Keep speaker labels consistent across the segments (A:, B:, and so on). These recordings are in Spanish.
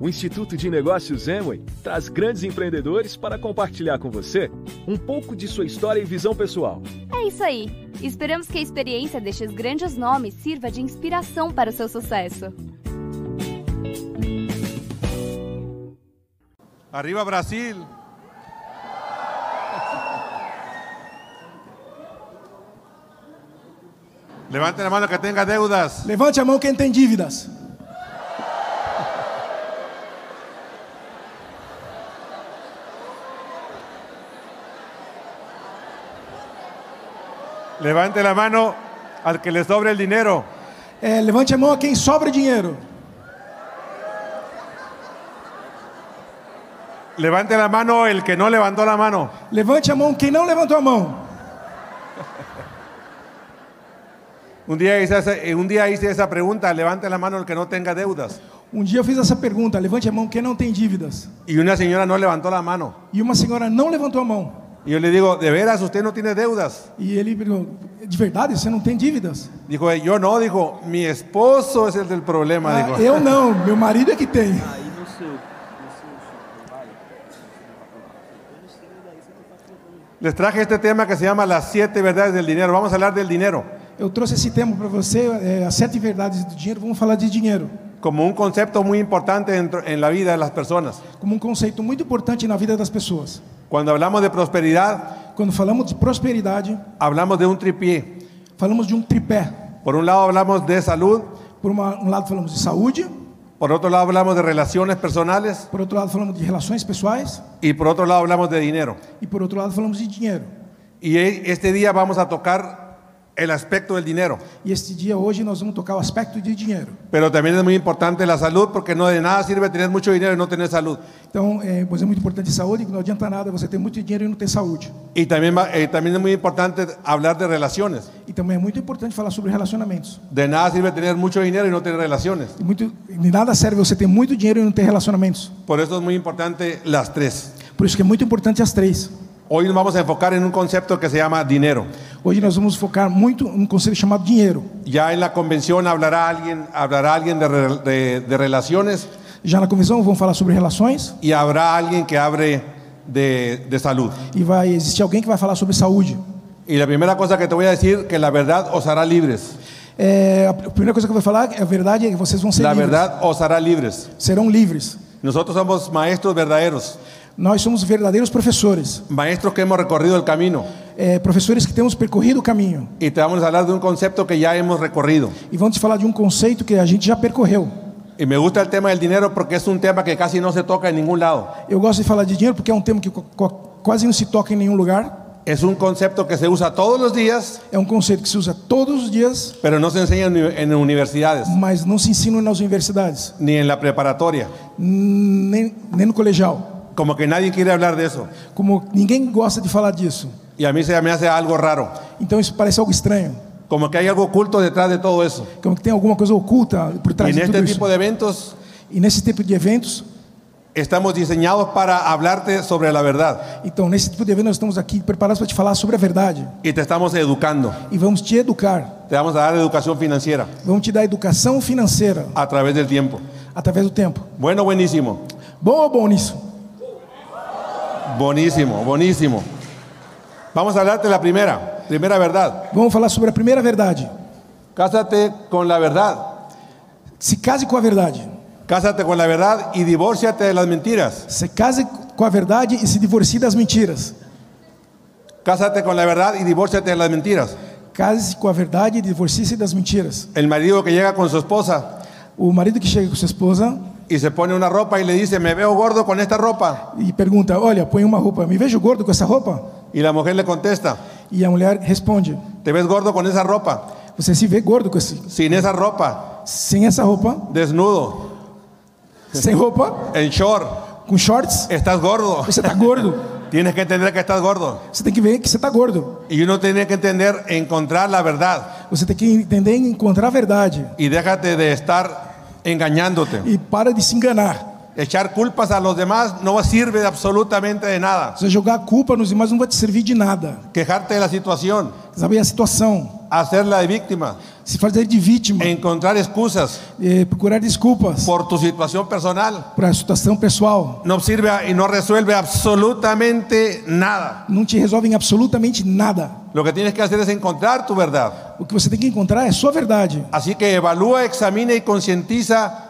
A: O Instituto de Negócios Emway traz grandes empreendedores para compartilhar com você um pouco de sua história e visão pessoal.
B: É isso aí. Esperamos que a experiência destes grandes nomes sirva de inspiração para o seu sucesso.
C: Arriba Brasil. Levante la mano que tenga deudas.
D: Levante a mão quem tem dívidas.
C: Levante la mano al que le sobre el dinero.
D: É, levante a mão a quem sobra dinheiro.
C: Levante la mano el que no levantó la mano.
D: Levante a mão quem não levantou a mão.
C: Un día hice, esa- eh, un día hice esa pregunta, levante la mano el que no tenga deudas.
D: Um dia eu fiz essa pergunta: levante a mão quem não tem dívidas.
C: Y una señora no levantó la mano.
D: E uma senhora não levantou a mão.
C: Y yo le digo, ¿de veras usted no tiene deudas?
D: E ele perguntou: de verdade, você não tem dívidas?
C: Dijo, "Eh, yo no, dijo, mi esposo es el del problema.
D: Ah,
C: dijo.
D: eu não, meu marido é que tem.
C: Les traje este tema que se llama las siete verdades del dinero. Vamos a hablar del dinero
D: Eu trouxe esse tema para você, é, as sete verdades do dinheiro. Vamos falar de dinheiro
C: como un concepto muy importante dentro- en la vida de las personas.
D: como um conceito muito importante na vida das pessoas.
C: Cuando hablamos de prosperidad,
D: Quando falamos de prosperidade,
C: hablamos de un tripié.
D: falamos de um tripé.
C: Por un lado hablamos de salud,
D: Por uma- um lado falamos de saúde,
C: por otro lado hablamos de relaciones personales
D: por outro lado falamos de relações pessoais
C: y por otro lado hablamos de dinero.
D: e por outro lado falamos de dinheiro.
C: Y e- este día vamos a tocar el aspecto del dinero.
D: E este dia hoje nós vamos tocar o aspecto de dinheiro.
C: Pero también es muy importante la salud porque no de nada sirve tener mucho dinero y no tener salud.
D: Então, é, pois é muito importante saúde, que não adianta nada você ter muito dinheiro e não ter saúde.
C: Y también, va- eh, también es muy importante hablar de relaciones.
D: E também é muito importante falar sobre relacionamentos.
C: De nada sirve tener mucho dinero y no tener relaciones.
D: E muito, de nada serve você ter muito dinheiro e não ter relacionamentos.
C: Por eso es muy importante las tres.
D: Por isso que é muito importante as três.
C: Hoy nos vamos a enfocar en un concepto que se llama dinero.
D: Hoje nós vamos focar muito em um conceito chamado dinheiro.
C: Ya en la convención hablará alguien, hablará alguien de, re- de- de relaciones
D: Já na convenção vão falar sobre relações
C: y habrá alguien que hable de, de salud.
D: e vai existir alguém que vai falar sobre saúde.
C: Y la primera cosa que te voy a decir, que la verdad os hará libres.
D: É, a primeira coisa que eu vou falar, é a verdade é que vocês vão ser
C: La
D: livres.
C: verdad os hará libres.
D: Serão livres.
C: Nosotros somos maestros verdaderos,
D: Nós somos verdadeiros professores.
C: maestros que hemos recorrido el camino.
D: É, professores que temos percorrido o caminho.
C: Y te vamos a hablar de un concepto que ya hemos recorrido.
D: E vamos falar de um conceito que a gente já percorreu.
C: Y me gusta el tema del dinero porque es un tema que casi no se toca en ningún lado.
D: Eu gosto de falar de dinheiro porque é um tema que co- co- quase não se toca em nenhum lugar.
C: Es un concepto que se usa todos los días,
D: É um conceito que se usa todos os dias,
C: pero no se enseña en uni- en universidades
D: mas não se ensina nas universidades,
C: ni en la preparatoria.
D: nem, nem no colegial.
C: Como que nadie quiere hablar de eso.
D: Como ninguém gosta de falar disso.
C: Y a mí se me hace algo raro.
D: Então isso parece algo estranho.
C: Como que hay algo oculto detrás de todo eso.
D: Como que tem alguma coisa oculta por
C: Y
D: trás
C: en
D: de
C: este
D: tudo isso.
C: tipo de eventos
D: E nesse tipo de eventos,
C: estamos diseñados para hablarte sobre la verdad
D: então nesse tipo de evento nós estamos aqui preparados para te falar sobre a verdade
C: y te estamos educando.
D: e vamos te educar.
C: Te vamos a dar educación financiera
D: Vamos te dar educação financeira
C: a través del tiempo.
D: através do tempo.
C: Bueno, buenísimo.
D: Bom ou bom nisso?
C: Buenísimo, buenísimo. Vamos a hablarte la primera, primera verdad.
D: Vamos falar sobre a primeira verdade.
C: Cásate con la verdad.
D: Se case com a verdade.
C: Cásate con la verdad y divórciate de las mentiras.
D: Se case com a verdade e se divorcie das mentiras.
C: Cásate con la verdad y divórciate de las mentiras.
D: Case-se com a verdade e divorcie-se das mentiras.
C: El marido que llega con su esposa
D: O marido que chega com sua esposa
C: y se pone una ropa y le dice, me veo gordo con esta ropa.
D: e pergunta: Olha, põe uma roupa, me vejo gordo com essa roupa?
C: Y la mujer le contesta,
D: E a mulher responde:
C: te ves gordo con esa ropa,
D: Você se vê gordo com esse,
C: sin esa ropa,
D: sem essa roupa,
C: desnudo,
D: sem roupa,
C: en short,
D: com shorts.
C: estás gordo.
D: Você tá gordo.
C: Tienes que entender que estás gordo.
D: Você tem que ver que você tá gordo.
C: Y uno tiene que entender, encontrar la verdad
D: Você tem que entender e encontrar a verdade.
C: y déjate de estar engañándote.
D: E para de se enganar.
C: Echar culpas a los demás no sirve absolutamente de nada.
D: Você jogar a culpa nos demais não vai te servir de nada.
C: Quejarte de la situación,
D: Sabe a situação.
C: hacerla de víctima,
D: se fazer de vítima,
C: encontrar excusas
D: eh, procurar desculpas
C: por tu situación personal,
D: para a situação pessoal,
C: no sirve a- y no resuelve absolutamente nada.
D: não te resolvem absolutamente nada.
C: Lo que tienes que hacer es encontrar tu verdad.
D: O que você tem que encontrar é a sua verdade.
C: Así que evalúa, examina y concientiza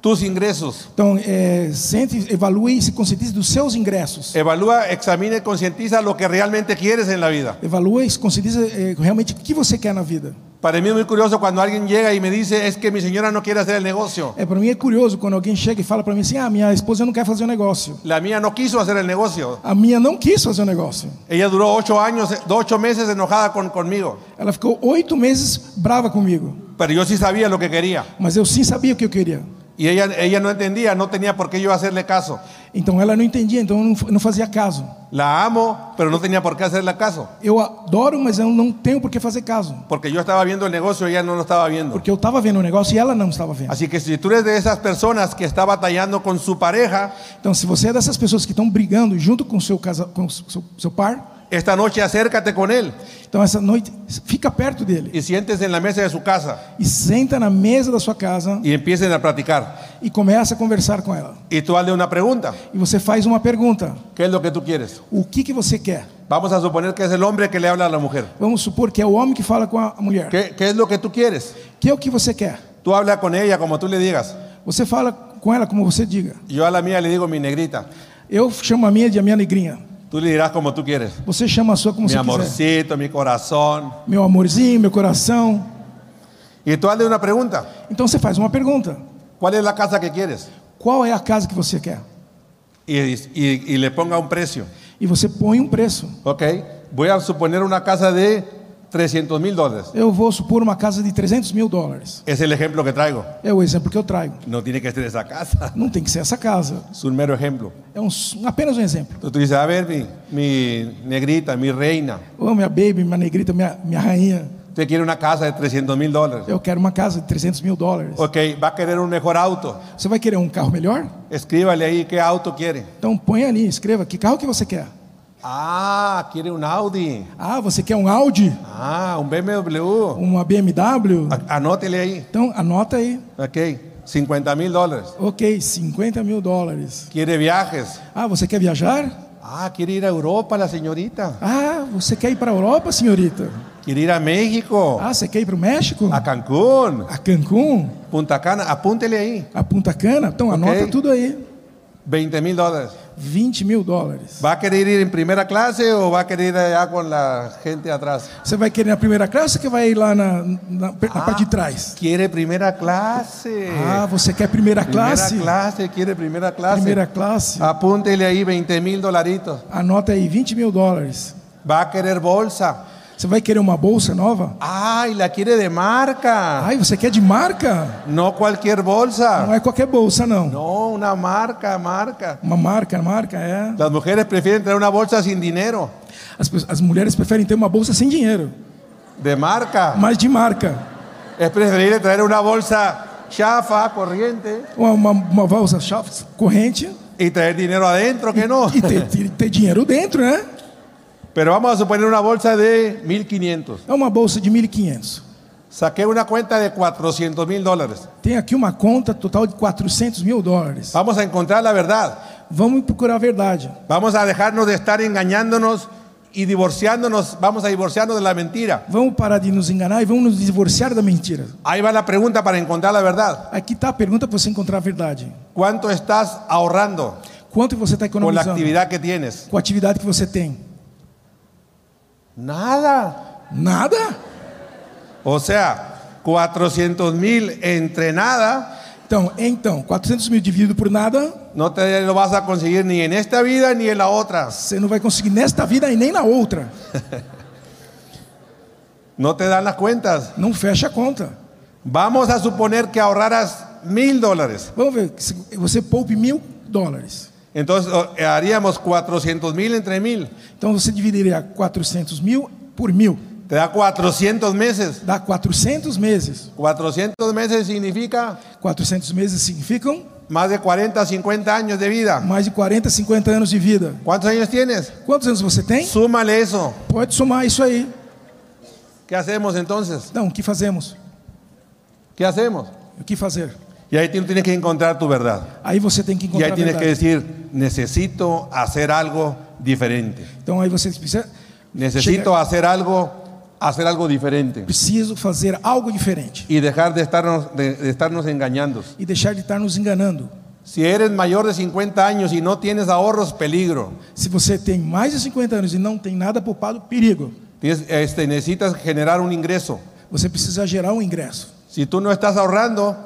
C: tus ingresos.
D: Então, é, sente, evalue e se conscientize dos seus ingressos.
C: Evalúa, examina y concientiza lo que realmente quieres en la vida.
D: Evalue e se conscientize é, realmente o que você quer na vida.
C: Para mí es muy curioso cuando alguien llega y me dice, es que mi señora no quiere hacer el negocio.
D: É, para mim é curioso quando alguém chega e fala para mim assim: ah, minha esposa não quer fazer o negócio.
C: La mía no quiso hacer el negocio.
D: A minha não quis fazer o negócio.
C: Ella duró ocho años, ocho meses enojada con- conmigo.
D: Ela ficou oito meses brava comigo.
C: Pero yo sí sabía lo que quería.
D: Mas eu sim sabia o que eu quería.
C: Y ella, ella no entendía, no tenía por qué yo hacerle caso.
D: Então ela não entendia, então eu não, f- não fazia caso.
C: La amo, pero no tenía por qué hacerle caso.
D: Eu adoro, mas eu não tenho por que fazer caso.
C: Porque yo estaba viendo el negocio y ella no lo estaba viendo.
D: Porque eu estava vendo o negócio e ela não estava vendo.
C: Así que si tú eres de esas personas que está batallando con su pareja,
D: Então, se você é dessas pessoas que estão brigando junto com seu casa, com seu, seu- seu par,
C: esta noche acércate con él
D: então essa noite fica perto dele
C: y siéntese en la mesa de su casa
D: e senta na mesa da sua casa
C: y empiecen a platicar.
D: e começa a conversar com ela.
C: Y tú hazle una pregunta.
D: E você faz uma pergunta:
C: ¿Qué es lo que tú quieres?
D: o que que você quer?
C: Vamos a suponer que es el hombre que le habla a la mujer.
D: Vamos supor que é o homem que fala com a mulher.
C: ¿Qué, qué es lo que tú quieres?
D: Que é o que você quer?
C: Tú habla con ella como tú le digas.
D: Você fala com ela como você diga.
C: Yo a la mía le digo mi negrita.
D: Eu chamo a minha de a minha negrinha.
C: Tú le dirás como tú quieres.
D: Você chama a sua como
C: Mi
D: você quiser.
C: amorcito, mi corazón.
D: Meu amorzinho, meu coração.
C: Y tú hazle una pregunta.
D: Então você faz uma pergunta:
C: ¿Cuál es la casa que quieres?
D: qual é a casa que você quer?
C: Y, y- y le ponga un precio.
D: E você põe um preço.
C: Ok. Voy a suponer una casa de 300 mil dólares.
D: Eu vou supor uma casa de 300 mil dólares.
C: Es el ejemplo que traigo.
D: É o exemplo que eu trago.
C: No tiene que ser esa casa.
D: Não tem que ser essa casa.
C: Es un mero ejemplo.
D: É um, s- apenas um exemplo.
C: Entonces tú dices, a ver, mi, mi negrita, mi reina.
D: Ô, minha baby, minha negrita, minha, minha rainha,
C: Usted quiere una casa de 300 mil dólares.
D: eu quero uma casa de 300 mil dólares.
C: Ok, va a querer un mejor auto.
D: Você vai querer um carro melhor?
C: Escríbale ahí qué auto quiere.
D: Então põe ali, escreva que carro que você quer.
C: Ah, quiere un Audi.
D: Ah, você quer um Audi?
C: Ah, un BMW.
D: Uma BMW?
C: A- Anótele ahí.
D: Então anota aí.
C: Ok, 50 mil dólares.
D: Ok, 50 mil dólares.
C: Quiere viajes.
D: Ah, você quer viajar?
C: Ah, quiere ir a Europa la señorita.
D: Ah, você quer ir para a Europa, senhorita?
C: Quiere ir a México,
D: Ah, você quer ir para o México?
C: a Cancún,
D: A Cancún?
C: Punta Cana. Apúntele ahí.
D: A Punta Cana? Então anota
C: Ok.
D: tudo aí.
C: 20 mil dólares.
D: 20 mil dólares.
C: ¿Va a querer ir en primera clase o va a querer ir allá con la gente atrás?
D: Você vai querer na primeira classe ou que vai ir lá na, na, na parte de trás?
C: Quiere primera clase.
D: Ah, você quer primeira
C: primera
D: classe?
C: clase, quiere primera clase.
D: Primeira classe.
C: Apúntele ahí 20 mil dolaritos.
D: Anota aí 20 mil dólares.
C: Va a querer bolsa.
D: Você vai querer uma bolsa nova?
C: Ay, la quiere de marca.
D: Ai, você quer de marca?
C: No cualquier bolsa.
D: Não é qualquer bolsa, não.
C: No, uma marca, marca.
D: Uma marca, marca é.
C: Las mujeres prefieren tener una bolsa sin dinero,
D: As, pe- as mulheres preferem ter uma bolsa sem dinheiro,
C: de marca.
D: mas de marca.
C: Es preferible traer una bolsa chafa, corriente,
D: Uma, uma, uma bolsa chaves, corrente
C: y traer dinero adentro que no.
D: e ter, ter, ter dinheiro dentro, né?
C: Pero vamos a suponer una bolsa de 1.500.
D: É uma bolsa de 1.500.
C: Saqué una cuenta de 400 mil dólares.
D: Tem aqui uma conta total de 400 mil dólares.
C: Vamos a encontrar la verdad.
D: Vamos procurar a verdade.
C: Vamos a dejarnos de estar engañándonos y divorciándonos. Vamos a divorciarnos de la mentira.
D: Vamos parar de nos enganar e vamos nos divorciar da mentira.
C: Ahí va la pregunta para encontrar la verdad.
D: Aqui está a pergunta para você encontrar a verdade.
C: ¿Cuánto estás ahorrando
D: Quanto você está
C: con la
D: economizando
C: actividad que tienes?
D: com a atividade que você tem?
C: Nada.
D: Nada?
C: O sea, 400 mil entre nada,
D: Então, então, 400 mil dividido por nada,
C: no te lo vas a conseguir ni en esta vida ni en la otra.
D: você não vai conseguir nesta vida e nem na outra.
C: No te dan las cuentas.
D: Não fecha a conta.
C: Vamos a suponer que ahorraras mil dólares.
D: Vamos ver, se você poupe mil dólares.
C: Entonces o- haríamos 400 mil entre mil.
D: Então você dividiria 400 mil por mil.
C: Te da 400 meses.
D: Dá 400 meses.
C: 400 meses significa
D: 400 meses significam
C: más de 40, 50 años de vida.
D: mais de 40, 50 anos de vida.
C: ¿Cuántos años tienes?
D: Quantos anos você tem?
C: Súmale eso.
D: Pode somar isso aí.
C: ¿Qué hacemos entonces?
D: Então, o que fazemos?
C: ¿Qué hacemos?
D: O que fazer?
C: Y ahí tú tienes que encontrar tu verdad.
D: Aí você tem que
C: Y ahí
D: encontrar a
C: tienes que
D: verdade.
C: decir, necesito hacer algo diferente.
D: Então aí você precisa
C: Necesito
D: Chegar-
C: hacer algo, hacer algo diferente.
D: preciso fazer algo diferente
C: Y dejar de estarnos, de- de estarnos engañando.
D: e deixar de estar nos enganando.
C: Si eres mayor de 50 años y no tienes ahorros, peligro.
D: Se você tem mais de 50 anos e não tem nada poupado, perigo.
C: Tienes- este, necesitas generar um ingreso.
D: Você precisa gerar um ingresso.
C: Si tú no estás ahorrando,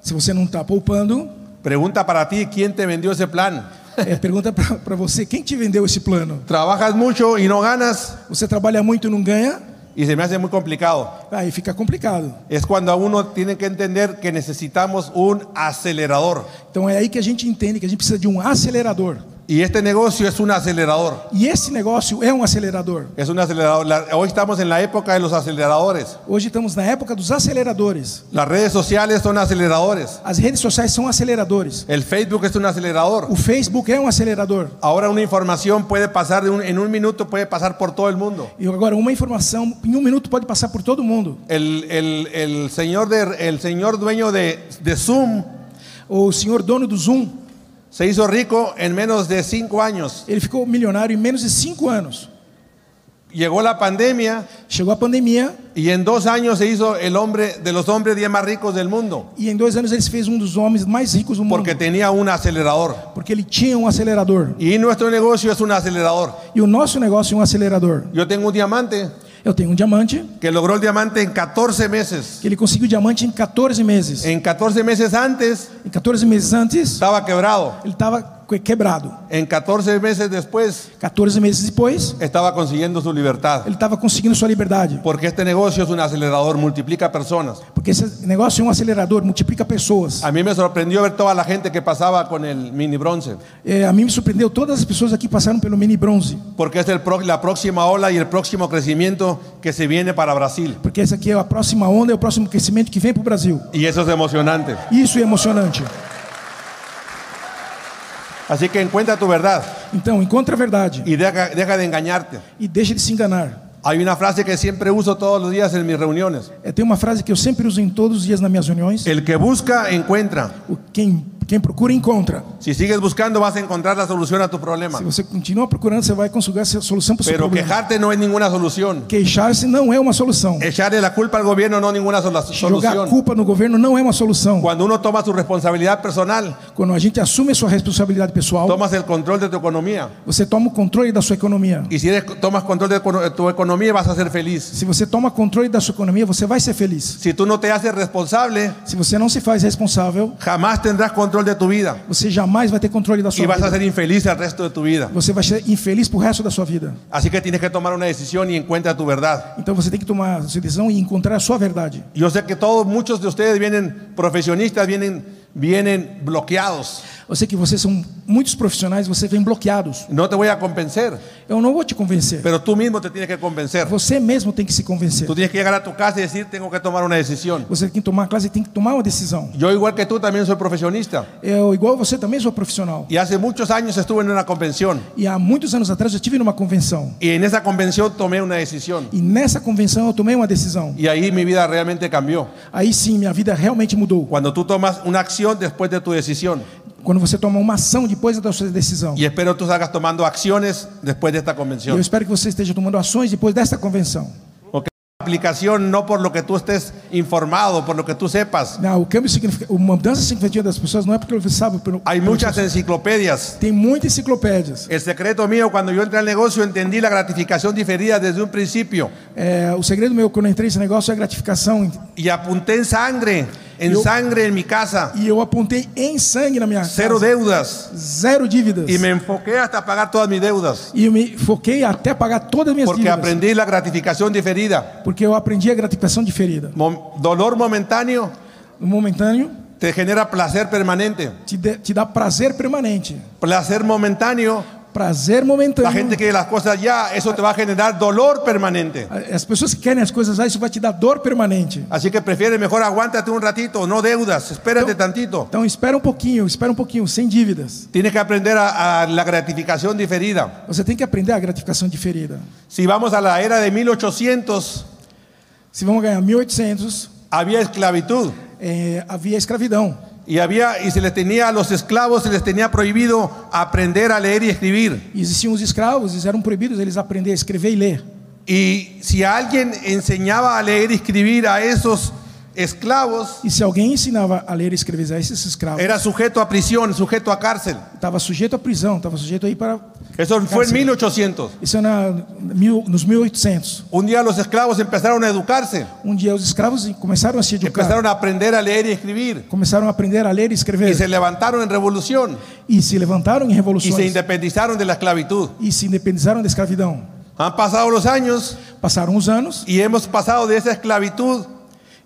D: Se você não está poupando,
C: pregunta para ti, ¿quién te vendió ese plan?
D: é, pergunta para você quem te vendeu esse plano.
C: Trabajas mucho y no ganas
D: Você trabalha muito e não ganha,
C: y se me hace muy complicado.
D: aí fica complicado.
C: Es cuando a uno tiene que entender que necesitamos un acelerador.
D: Então é aí que a gente entende que a gente precisa de um acelerador.
C: Y este negocio es un acelerador.
D: E esse negócio é um acelerador.
C: Es un acelerador. La- hoy estamos en la época de los aceleradores.
D: Hoje estamos na época dos aceleradores.
C: Las redes sociales son aceleradores.
D: As redes sociais são aceleradores.
C: El Facebook es un acelerador.
D: O Facebook é um acelerador.
C: Ahora una información puede pasar de un- en un minuto, puede pasar por todo el mundo.
D: E agora, uma informação em um minuto pode passar por todo mundo.
C: El, el- el señor, de- el señor dueño de, de Zoom
D: O senhor dono do Zoom,
C: se hizo rico en menos de cinco años.
D: ele ficou milionário em menos de cinco anos.
C: Llegó la pandemia
D: Chegou a pandemia
C: y en dos años se hizo el hombre de los hombres 10 más ricos del mundo
D: e em dois anos ele se fez um dos homens mais ricos do mundo.
C: porque tenía un acelerador.
D: Porque ele tinha um acelerador.
C: Y nuestro negocio es un acelerador.
D: E o nosso negócio é um acelerador.
C: Yo tengo un diamante
D: Eu tenho um diamante,
C: que logró el diamante en 14 meses.
D: que ele conseguiu diamante em 14 meses.
C: En 14 meses antes
D: Em 14 meses antes,
C: estaba quebrado.
D: ele estava que- quebrado.
C: En 14 meses después
D: 14 meses depois,
C: estaba consiguiendo su libertad.
D: ele estava conseguindo sua liberdade.
C: Porque este negocio es un acelerador, multiplica personas.
D: Porque esse negócio é um acelerador, multiplica pessoas.
C: A mí me sorprendió ver toda la gente que pasaba con el mini bronce,
D: É, a mim me surpreendeu todas as pessoas aqui passaram pelo mini bronze.
C: porque es el pro- la próxima ola y el próximo crecimiento que se viene para Brasil.
D: Porque essa aqui é a próxima onda, é o próximo crescimento que vem para o Brasil.
C: Y eso es emocionante.
D: Isso é emocionante.
C: Así que encuentra tu verdad
D: Então, encontra a verdade
C: y deja, deja de engañarte.
D: e deixa de se enganar.
C: Hay una frase que siempre uso todos los días en mis reuniones.
D: É, tem uma frase que eu sempre uso em todos os dias nas minhas reuniões:
C: El que busca, encuentra.
D: o quem, quem procura, encontra.
C: Si sigues buscando, vas a encontrar la solución a tu problema.
D: Se você continua procurando, você vai conseguir a solução para o seu
C: Pero
D: problema.
C: quejarte no es ninguna solución.
D: Queixar-se não é uma solução.
C: Echarle la culpa al gobierno no es ninguna sola-
D: Jogar a
C: solución.
D: culpa no governo não é uma solução.
C: Cuando uno toma su responsabilidad personal,
D: Quando a gente assume a sua responsabilidade pessoal,
C: tomas el control de tu economía.
D: você toma o controle da sua economia.
C: Y si eres- tomas control de econo- tu economía, vas a ser feliz.
D: Se você toma controle da sua economia, você vai ser feliz.
C: Si tú no te haces responsable,
D: Se você não se faz responsável,
C: jamás tendrás control de tu vida
D: você jamais vai ter controle da
C: y
D: sua
C: vas a
D: vida.
C: ser infeliz el resto de tu vida.
D: Você vai ser infeliz pro resto da sua vida.
C: Así que tienes que tomar una decisión y encuentra tu verdad.
D: Então você tem que tomar a sua decisão e encontrar a sua verdade.
C: Yo sé que todos, muchos de ustedes vienen profesionistas, vienen, vienen bloqueados.
D: Eu sei que vocês são muitos profissionais, vocês vêm bloqueados.
C: No te voy a convencer,
D: Eu não vou te convencer.
C: pero tú mismo te tienes que convencer.
D: Você mesmo tem que se convencer.
C: Tú tienes que llegar a tu casa y decir, tengo que tomar una decisión.
D: Você tem que tomar a classe e tem que tomar uma decisão.
C: Yo, igual que tú, también soy profesionista.
D: Eu, igual você também sou profissional.
C: Y hace muchos años estuve en una convención.
D: E há muitos anos atrás eu estive numa convenção.
C: Y en esa convención tomé una decisión.
D: E nessa convenção eu tomei uma decisão.
C: Y ahí mi vida realmente cambió.
D: Aí sim, minha vida realmente mudou.
C: Cuando tú tomas una acción después de tu decisión.
D: Quando você toma uma ação depois da sua decisão.
C: Y espero tú salgas tomando acciones después de esta
D: E eu
C: convención.
D: espero que você esteja tomando ações depois desta convenção.
C: Ok. Aplicación no por lo que tú estés informado, por lo que tú sepas.
D: Não, Né, o câmbio significa, uma mudança significativa das pessoas não é porque você sabe. Pelo,
C: Hay
D: pelo
C: muchas
D: seu-
C: enciclopedias.
D: tem muitas enciclopédias.
C: El secreto mío, cuando yo entré al negocio, entendí la gratificação diferida desde un principio.
D: É, o segredo meu quando eu entrei nesse negócio é a gratificação.
C: Y apunté en sangre, en
D: Yo-
C: sangre en mi casa.
D: E eu apontei em sangue na minha
C: Cero
D: casa.
C: deudas.
D: Zero dívidas.
C: Y me enfoqué hasta pagar todas mis deudas.
D: E eu me foquei até pagar todas as minhas
C: Porque
D: dívidas.
C: aprendí la gratificación diferida.
D: Porque eu aprendi a gratificação diferida.
C: Mom- dolor momentáneo
D: No momentâneo,
C: te genera placer permanente.
D: te, dê- te dá prazer permanente.
C: Placer momentáneo,
D: Prazer momentâneo.
C: la gente quiere las cosas ya, eso te va a generar dolor permanente.
D: As pessoas que querem as coisas lá, isso vai te dar dor permanente.
C: Así que prefiere mejor aguántate un ratito, no deudas, espérate
D: Então-
C: tantito.
D: Então espera um pouquinho, espera um pouquinho, sem dívidas.
C: Tienes que aprender a, a la gratificação diferida.
D: Você tem que aprender a gratificação diferida.
C: Si vamos a la era de 1800,
D: Se vamos ganhar 1.800,
C: Había esclavitud
D: é, havia escravidão.
C: y había y se les tenía a los esclavos se les tenía prohibido aprender a leer y escribir.
D: E existiam os escravos, eles eram proibidos eles aprender a escrever e ler.
C: Y si alguien enseñaba a leer y escribir a esos esclavos
D: E se alguém ensinava a ler e escrever a esses escravos,
C: era sujeto a prisión, sujeito a cárcel.
D: estava sujeito à prisão, estava sujeito aí para
C: Eso fue en 1800.
D: isso é na mil, nos 1800.
C: Un día los esclavos empezaron a educarse,
D: Um dia os escravos começaram a se educar,
C: empezaron a aprender a leer y escribir
D: começaram a aprender a ler e escrever
C: y se levantaron en revolución
D: e se levantaram em
C: y se
D: revoluções
C: independizaron de la esclavitud.
D: e se independizaram da escravidão.
C: Han pasado los años
D: Passaram os anos
C: y hemos pasado de esa esclavitud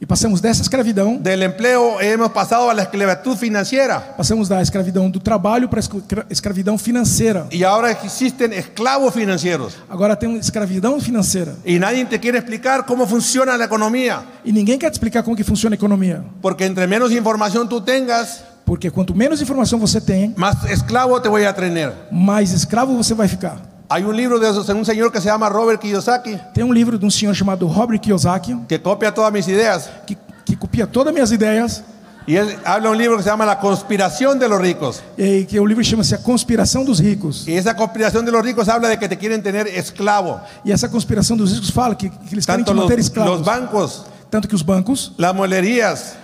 D: e passamos dessa escravidão,
C: del empleo, hemos pasado a la esclavitud financiera
D: passamos da escravidão do trabalho para a escra- escravidão financeira.
C: y ahora existen esclavos financieros
D: Agora tem escravidão financeira
C: y nadie te quiere explicar cómo funciona la economía,
D: e ninguém quer te explicar como que funciona a economia,
C: porque entre menos información tú tengas,
D: porque quanto menos informação você tem,
C: más esclavo te voy a tener.
D: mais escravo você vai ficar.
C: Hay un libro de esos- un señor que se llama Robert Kiyosaki
D: Tem um livro de um senhor chamado Robert Kiyosaki
C: que copia todas mis ideas.
D: que, que copia todas as minhas ideias
C: Y él habla un libro que se llama La conspiración de los ricos.
D: e que o livro chama-se A Conspiração dos Ricos.
C: Y esa conspiración de los ricos habla de que te quieren tener esclavo.
D: E essa conspiração dos ricos fala que, que eles querem
C: Tanto
D: te manter
C: los, los
D: escravos,
C: bancos,
D: tanto que os bancos,
C: las molerías,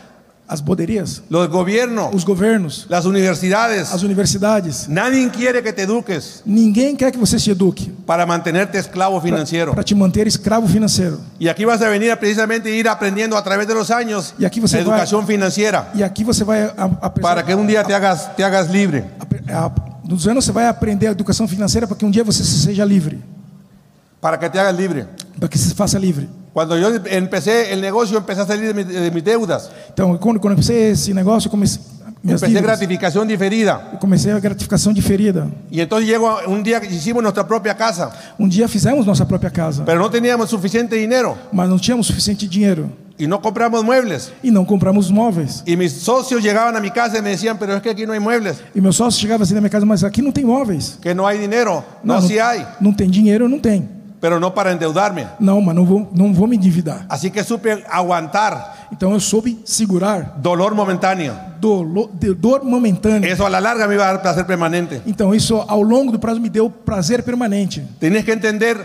D: as boderias,
C: los gobiernos,
D: os governos,
C: las universidades.
D: as universidades,
C: Nadie quiere que te eduques
D: ninguém quer que você se eduque
C: para mantenerte esclavo financiero.
D: para te manter escravo financeiro.
C: Y aquí vas a venir a precisamente ir aprendiendo a través de los años
D: Y aquí você
C: educación financiera
D: E aqui você vai a, a,
C: para que un día te hagas, te hagas libre.
D: a, a, nos anos você vai aprender a educação financeira para que um dia você seja livre,
C: Para que te hagas libre.
D: para que se faça livre.
C: Cuando yo empecé el negocio, empecé a salir de, mi- de mis deudas.
D: Então, quando, quando eu comecei esse negócio, eu comecei minhas
C: Empecé
D: dívidas,
C: gratificação diferida.
D: eu comecei a gratificação diferida.
C: Y entonces llegó a- un día que hicimos nuestra propia casa,
D: Um dia fizemos nossa própria casa,
C: pero no teníamos suficiente dinero
D: mas não tínhamos suficiente dinheiro
C: y no compramos muebles.
D: e não compramos móveis.
C: Y mis socios llegaban a mi casa y me decían, pero es que aquí no hay muebles,
D: E meu sócio chegava assim na minha casa, mas aqui não tem móveis.
C: que no hay dinero. No, sí hay,
D: não tem dinheiro, não tem.
C: pero no para endeudarme.
D: Não, mas não vou, não vou me endividar.
C: Así que supe aguantar
D: Então eu soube segurar
C: dolor momentáneo.
D: dolo- de- dor momentânea.
C: Eso a la larga me iba a dar placer permanente.
D: Então isso ao longo do prazo me deu prazer permanente.
C: Tienes que entender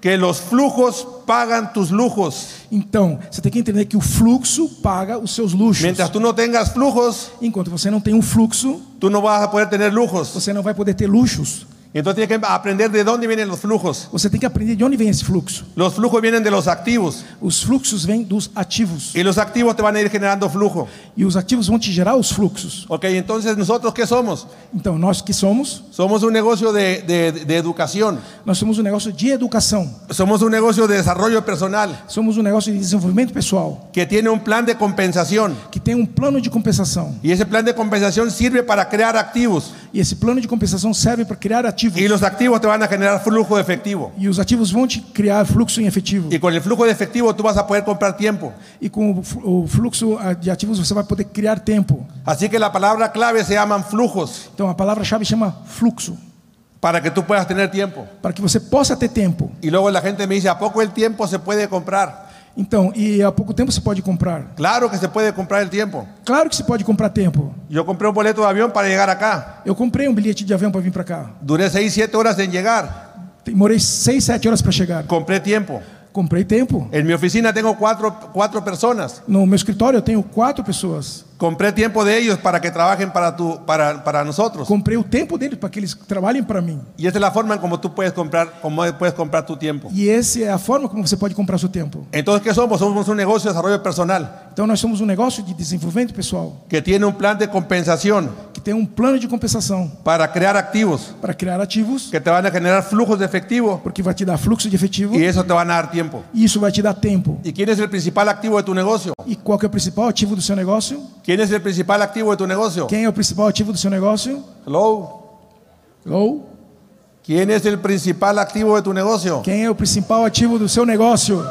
C: que los flujos pagan tus lujos.
D: Então, você tem que entender que o fluxo paga os seus luxos.
C: Mientras tú no tengas flujos,
D: Enquanto você não tem um fluxo,
C: tú no vas a poder tener lujos.
D: você não vai poder ter luxos.
C: Entonces tienes que aprender de dónde vienen los flujos.
D: Você tem que aprender de onde vem esse fluxo.
C: Los flujos vienen de los activos
D: Os fluxos vêm dos ativos.
C: y los activos te van a ir generando flujo.
D: E os ativos vão te gerar os fluxos.
C: Ok, entonces nosotros qué somos?
D: Então, nós que somos,
C: Somos un negocio de, de- de educación,
D: nós somos um negócio de educação.
C: somos un negocio de desarrollo personal
D: Somos um negócio de desenvolvimento pessoal,
C: que tiene un plan de compensación
D: que tem um plano de compensação.
C: y ese plan de compensação sirve para crear activos
D: E esse plano de compensação serve para criar ativos.
C: y los activos te van a generar flujo de efectivo
D: E os ativos vão te criar fluxo em efetivo.
C: y con el flujo de efectivo tú vas a poder comprar tiempo.
D: E com o flu- o fluxo ah, de ativos você vai poder criar tempo.
C: Así que la palabra clave se llaman flujos
D: Então a palavra-chave chama fluxo,
C: para que tú puedas tener tiempo.
D: para que você possa ter tempo.
C: Y luego la gente me dice, ¿a poco el tiempo se puede comprar?
D: Então, e há pouco tempo você pode comprar.
C: Claro que se puede comprar el tiempo.
D: Claro que se pode comprar tempo.
C: Yo compré un boleto de avión para llegar acá.
D: Eu comprei um bilhete de avião para vir para cá.
C: Duré 6, 7 horas en llegar.
D: Demorei 6, 7 horas para chegar.
C: Compré tiempo.
D: Comprei tempo.
C: En mi oficina tengo cuatro, cuatro personas.
D: No meu escritório eu tenho quatro pessoas.
C: Compré tiempo de ellos para que trabajen para, tu, para, para nosotros.
D: Comprei o tempo deles para que eles trabalhem para mim.
C: Y esta es la forma en como tú puedes comprar, como puedes comprar tu tiempo.
D: E essa é a forma como você pode comprar seu tempo.
C: Entonces, ¿qué somos? Somos un negocio de desarrollo personal
D: Então nós somos um negócio de desenvolvimento pessoal
C: que tiene un plan de compensación
D: que tem um plano de compensação
C: para crear activos
D: para criar ativos,
C: que te van a generar flujos de efectivo
D: porque vai te dar fluxo de efetivo
C: y eso te van a dar tiempo.
D: e isso vai te dar tempo.
C: ¿Y quién es el principal activo de tu negocio?
D: E qual que é o principal ativo do seu negócio?
C: ¿Quién es el principal activo de tu negocio?
D: Quem é o principal ativo do seu negócio?
C: Hello.
D: Ou
C: ¿Quién es el principal activo de tu negocio?
D: quem é o principal ativo do seu negócio?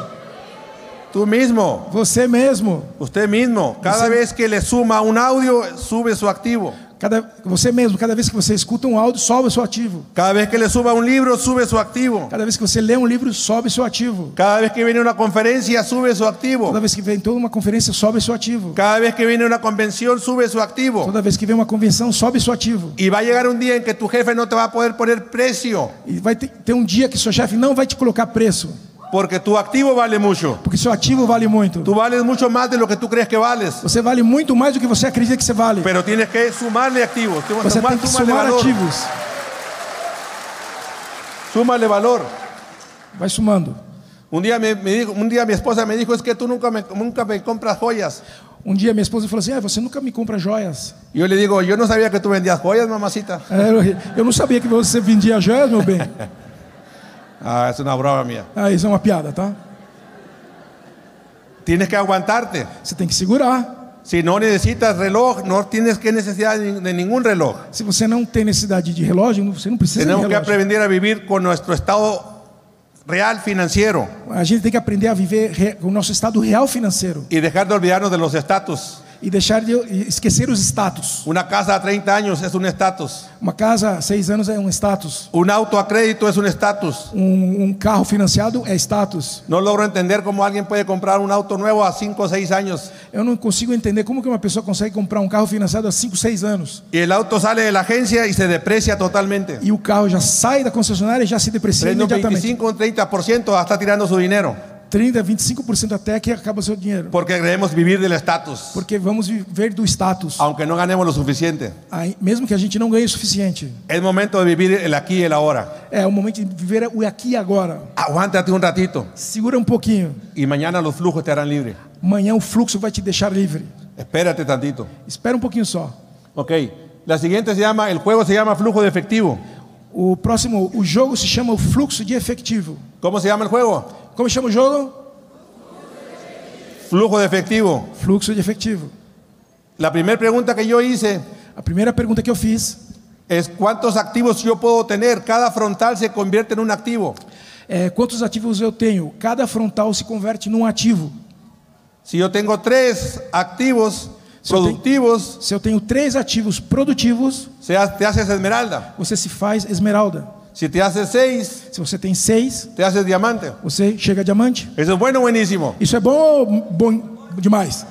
C: Tú mismo,
D: Você mesmo.
C: usted mismo. Cada
D: Usted-
C: vez que le suma un audio, sube su activo.
D: Cada, você mesmo, cada vez que você escuta um áudio, sobe o seu ativo.
C: Cada vez que le suba un libro, sube su activo.
D: Cada vez que você lê um livro, sobe o seu ativo.
C: Cada vez que viene una conferencia, sube su activo.
D: Toda vez que vem toda uma conferência, sobe o seu ativo.
C: Cada vez que viene una convención, sube su activo.
D: Toda vez que vem uma convenção, sobe o seu ativo.
C: Y va a llegar un día en que tu jefe no te va a poder poner precio,
D: E vai ter, ter um dia que seu chefe não vai te colocar preço,
C: porque tu activo vale mucho.
D: porque seu ativo vale muito.
C: Tú vales mucho más de lo que tú crees que vales,
D: Você vale muito mais do que você acredita que você vale.
C: pero tienes que sumarle activos. Tienes que
D: Você
C: sumar-
D: tem que
C: sumarle
D: somar
C: valor.
D: ativos.
C: Súmale valor.
D: Vai somando.
C: Un día, me, me dijo- un día mi esposa me dijo, es que tú nunca me, nunca me compras joyas.
D: Um dia minha esposa falou assim: ah, Você nunca me compra joias.
C: Y yo le digo, yo no sabía que tú vendías joyas, mamacita.
D: Aí Eu, ri, eu não sabia que você vendia joias, meu bem.
C: Ah, es una brava mía.
D: Ah, isso é uma piada, tá?
C: Tienes que aguantarte.
D: Você tem que segurar.
C: Si no necesitas reloj, no tienes que necesidad de de ningún reloj.
D: Se você não tem necessidade de relógio, você não precisa
C: Tenemos
D: de
C: que
D: relógio.
C: aprender a vivir con nuestro estado real financiero
D: A gente tem que aprender a viver re- o nosso estado real financeiro
C: y dejar de olvidarnos de los estatus.
D: e deixar de e esquecer os status.
C: Una casa a 30 años es un estatus.
D: Uma casa há seis anos é um status.
C: Un auto a crédito es un estatus.
D: Um, um carro financiado é status.
C: No logro entender cómo alguien puede comprar un auto nuevo a 5 o 6 años
D: Eu não consigo entender como que uma pessoa consegue comprar um carro financiado há 5, 6 anos
C: y el auto sale de la agencia y se deprecia totalmente.
D: e o carro já sai da concessionária e já se deprecia
C: Prende un
D: imediatamente.
C: 25 o un 30% ah, está tirando su dinero
D: 30, 25% até que acaba o seu dinheiro.
C: porque queremos vivir del estatus,
D: Porque vamos viver do status.
C: aunque no ganemos lo suficiente.
D: Aí, mesmo que a gente não ganhe o suficiente.
C: Es momento de vivir el aquí y el ahora.
D: É o momento de viver o aqui e agora.
C: Aguántate un ratito
D: Segura um pouquinho.
C: y mañana los flujos te harán libre.
D: Amanhã o fluxo vai te deixar livre.
C: Espérate tantito.
D: Espera um pouquinho só.
C: Ok. La siguiente se llama, el juego se llama flujo de efectivo.
D: O próximo, o jogo se chama o fluxo de efetivo.
C: ¿Cómo se llama el juego?
D: Como chama o jogo?
C: Flujo de efectivo.
D: Fluxo de efetivo.
C: La primera pregunta que yo hice
D: A primeira pergunta que eu fiz
C: es cuántos activos yo puedo tener. Cada frontal se convierte en un activo.
D: é quantos ativos eu tenho? Cada frontal se converte num ativo.
C: Si yo tengo tres activos
D: Si yo
C: productivos,
D: Se eu tenho três ativos produtivos,
C: se ha- te haces esmeralda.
D: você se faz esmeralda.
C: Si te haces seis,
D: Se você tem seis,
C: te haces diamante.
D: você chega a diamante.
C: Eso es bueno, buenísimo.
D: Isso é bom ou bom demais?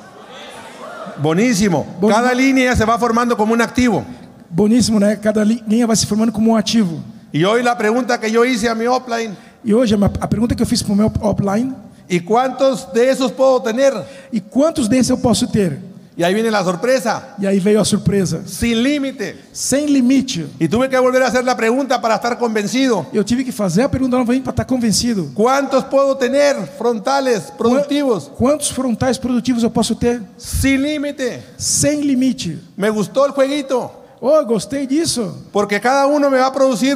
C: Buenísimo.
D: Bon-
C: Cada línea se va formando como un activo.
D: Boníssimo, né? Cada li- linha vai se formando como um ativo.
C: Y hoy la pregunta que yo hice a mi offline,
D: E hoje, a minha- a pergunta que eu fiz para o meu offline,
C: ¿y cuántos de esos puedo tener?
D: e quantos desses eu posso ter?
C: Y ahí viene la sorpresa,
D: E aí veio a surpresa.
C: sin límite.
D: Sem limite.
C: Y tuve que volver a hacer la pregunta para estar convencido.
D: Eu tive que fazer a pergunta novamente para estar convencido.
C: ¿Cuántos puedo tener frontales productivos?
D: Quantos frontais produtivos eu posso ter?
C: Sin límite.
D: Sem limite.
C: Me gustó el jueguito,
D: Oh, gostei disso.
C: porque cada uno me va a producir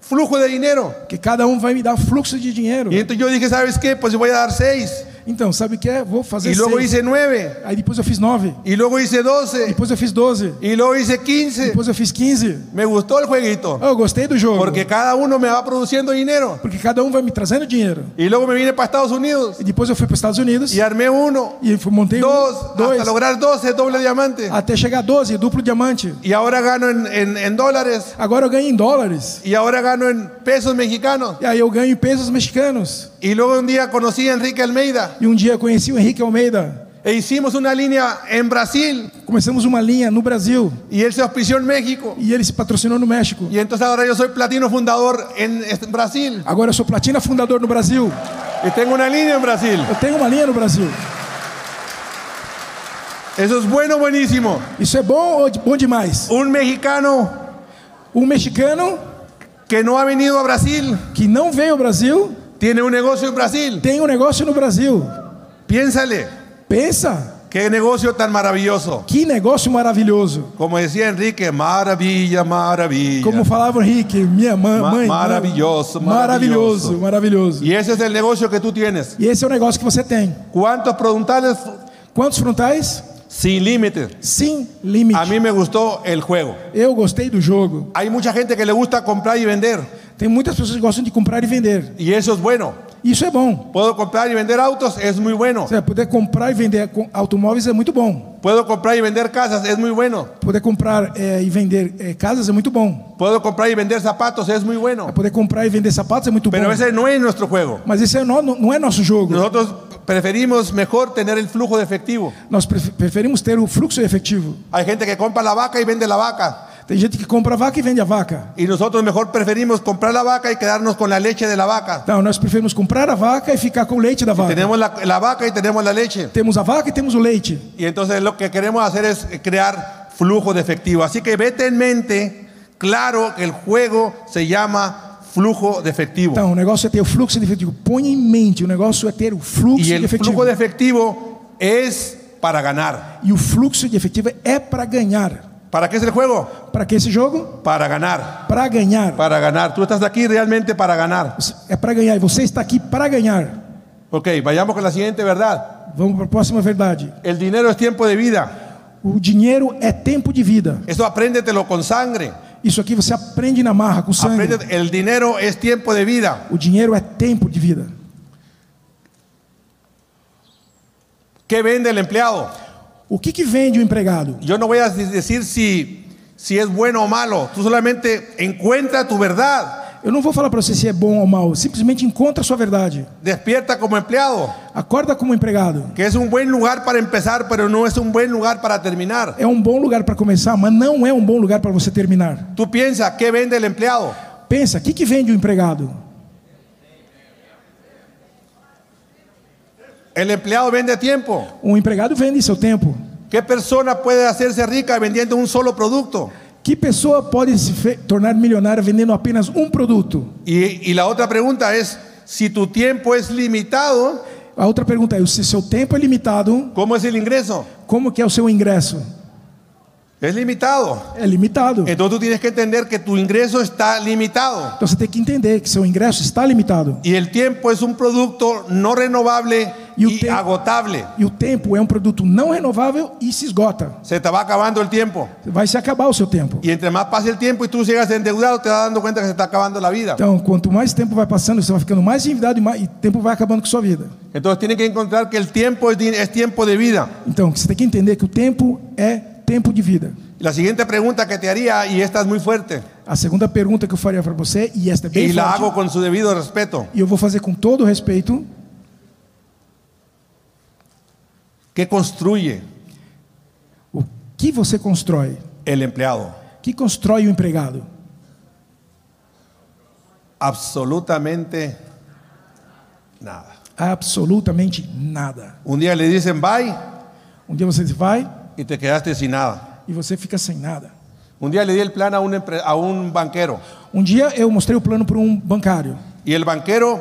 C: flujo de dinero.
D: Que cada um vai me dar fluxo de dinheiro.
C: Y entonces yo dije, ¿sabes qué? Pues voy a dar seis.
D: Então, sabe o que é? Vou fazer
C: Y luego
D: seis.
C: hice nueve.
D: Aí depois eu fiz nove.
C: Y luego hice doce.
D: Depois eu fiz 12.
C: Y pues- Oh. luego hice quince.
D: Depois eu fiz 15.
C: Me gustó el jueguito,
D: Eu gostei do jogo.
C: porque cada uno me va produciendo dinero.
D: Porque cada um vai me trazendo dinheiro.
C: Y luego me vine para Estados Unidos
D: E depois eu fui para os Estados Unidos
C: y armé uno,
D: e fui- montei um,
C: dos, Ah.
D: dois,
C: hasta lograr 12 doble diamante.
D: até chegar a 12, duplo diamante.
C: Y ahora gano en, en- en dólares.
D: Agora eu ganho em dólares.
C: Y ahora gano en pesos mexicanos.
D: E aí eu ganho em pesos mexicanos.
C: Y luego un día conocí a Enrique Almeida.
D: E um dia eu conheci o Henrique Almeida.
C: E hicimos una línea en Brasil.
D: Começamos uma linha no Brasil
C: Y él se auspició en México.
D: e ele se patrocinou no México.
C: Y entonces ahora yo soy platino fundador en, en Brasil.
D: Agora eu sou platina fundador no Brasil.
C: Y tengo una línea en Brasil.
D: Eu tenho uma linha no Brasil.
C: Eso es bueno, buenísimo.
D: Isso é bom ou de- bom demais?
C: Un mexicano
D: Um mexicano
C: que no ha venido a Brasil
D: que não veio ao Brasil
C: tiene un negocio en Brasil.
D: tem um negócio no Brasil.
C: Piénsale,
D: Pensa,
C: qué negocio tan maravilloso.
D: que negócio maravilhoso.
C: Como decía Enrique, maravilla, maravilla.
D: Como falava o Henrique, minha ma
C: Ma-
D: mãe.
C: maravilhoso, maravilhoso.
D: maravilhoso. Maravilhoso.
C: Y ese es el negocio que tú tienes.
D: E esse é o negócio que você tem.
C: ¿Cuántos frontales?
D: Quantos frontais?
C: Sin límites.
D: Sim, limite.
C: A mí me gustó el juego.
D: Eu gostei do jogo.
C: Hay mucha gente que le gusta comprar y vender.
D: Tem muitas pessoas que gostam de comprar e vender.
C: Y eso es bueno.
D: Isso é bom.
C: Puedo comprar y vender autos, es muy bueno.
D: Você vai poder comprar e vender com- automóveis é muito bom.
C: Puedo comprar y vender casas, es muy bueno.
D: Poder comprar eh, e vender eh, casas é muito bom.
C: Puedo comprar y vender zapatos, es muy bueno.
D: Poder comprar e vender sapatos é muito bom.
C: Pero ese no es nuestro juego.
D: Mas esse é no, no- não é nosso jogo.
C: Nosotros preferimos mejor tener el flujo de efectivo.
D: Nós pref- preferimos ter o fluxo efetivo.
C: Hay gente que compra la vaca y vende la vaca.
D: Tem gente que compra a vaca e vende a vaca.
C: Y nosotros mejor preferimos comprar la vaca y quedarnos con la leche de la vaca.
D: Não, nós preferimos comprar a vaca e ficar com o leite da vaca.
C: Tenemos la, la vaca y tenemos la leche.
D: Temos a vaca e temos o leite.
C: Y entonces lo que queremos hacer es crear flujo de efectivo. Así que vete en mente, claro, que el juego se llama flujo de efectivo.
D: Então, o negócio é ter o fluxo de efetivo. Põe em mente, o negócio é ter o fluxo
C: Y
D: de
C: el
D: efetivo.
C: flujo de efectivo es para ganar.
D: E o fluxo de efetivo é para ganhar.
C: ¿Para qué es el juego?
D: Para que esse jogo?
C: Para ganar,
D: Para ganhar.
C: para ganar. Tú estás aquí realmente para ganar.
D: É para ganhar. E você está aqui para ganhar.
C: Ok, vayamos con la siguiente verdad.
D: Vamos para a próxima verdade.
C: El dinero es tiempo de vida.
D: O dinheiro é tempo de vida.
C: Eso apréndetelo con sangre.
D: Isso aqui você aprende na marra, com sangue.
C: Apréndete- El dinero es tiempo de vida.
D: O dinheiro é tempo de vida.
C: ¿Qué vende el empleado?
D: O que, que vende o empregado?
C: Yo no voy a decir si, si es bueno o malo. Tú solamente encuentra tu verdad.
D: Eu não vou falar para você se é bom ou mal. Simplesmente encontra a sua verdade.
C: Despierta como empleado,
D: Acorda como empregado.
C: que es un buen lugar para empezar, pero no es un buen lugar para terminar.
D: É um bom lugar para começar, mas não é um bom lugar para você terminar.
C: Tú piensa, ¿qué vende el empleado?
D: Pensa, o que, que vende o empregado?
C: El empleado vende tiempo.
D: O Um empregado vende seu tempo.
C: ¿Qué persona puede hacerse rica vendiendo un solo producto?
D: Que pessoa pode se fe- tornar milionária vendendo apenas um produto?
C: Y, y la otra pregunta es, si tu tiempo es limitado,
D: A outra pergunta é: se seu tempo é limitado,
C: ¿cómo es el ingreso?
D: como que é o seu ingresso?
C: Es limitado.
D: É limitado.
C: Entonces tú tienes que entender que tu ingreso está limitado.
D: Então você tem que entender que seu ingresso está limitado.
C: Y el tiempo es un producto no renovable
D: Y
C: y,
D: usted-
C: agotable.
D: E o tempo é um produto não renovável e se esgota.
C: Se te va acabando el tiempo.
D: Vai se acabar o seu tempo.
C: Y entre más pasa el tiempo y tú sigas endeudado, te vas dando cuenta que se está acabando la vida.
D: Então, quanto mais tempo vai passando, você vai ficando mais endividado e mais- e o tempo vai acabando com sua vida.
C: Entonces tienes que encontrar que el tiempo es, di- es tiempo de vida.
D: Então, você tem que entender que o tempo é tempo de vida.
C: La siguiente pregunta que te haría, y esta es muy fuerte,
D: A segunda pergunta que eu faria para você, e esta é bem
C: y la
D: forte,
C: hago con su debido respeto.
D: e eu vou fazer com todo o respeito,
C: ¿Qué construye
D: o que você constrói?
C: el empleado?
D: O que constrói o empregado?
C: Absolutamente nada.
D: Absolutamente nada.
C: Un día le dicen bye
D: Um dia você vai
C: y te quedaste sin nada.
D: e você fica sem nada.
C: Un día le di el plan a un, empre- a un banquero.
D: Um dia eu mostrei o plano para um bancário,
C: Y el banquero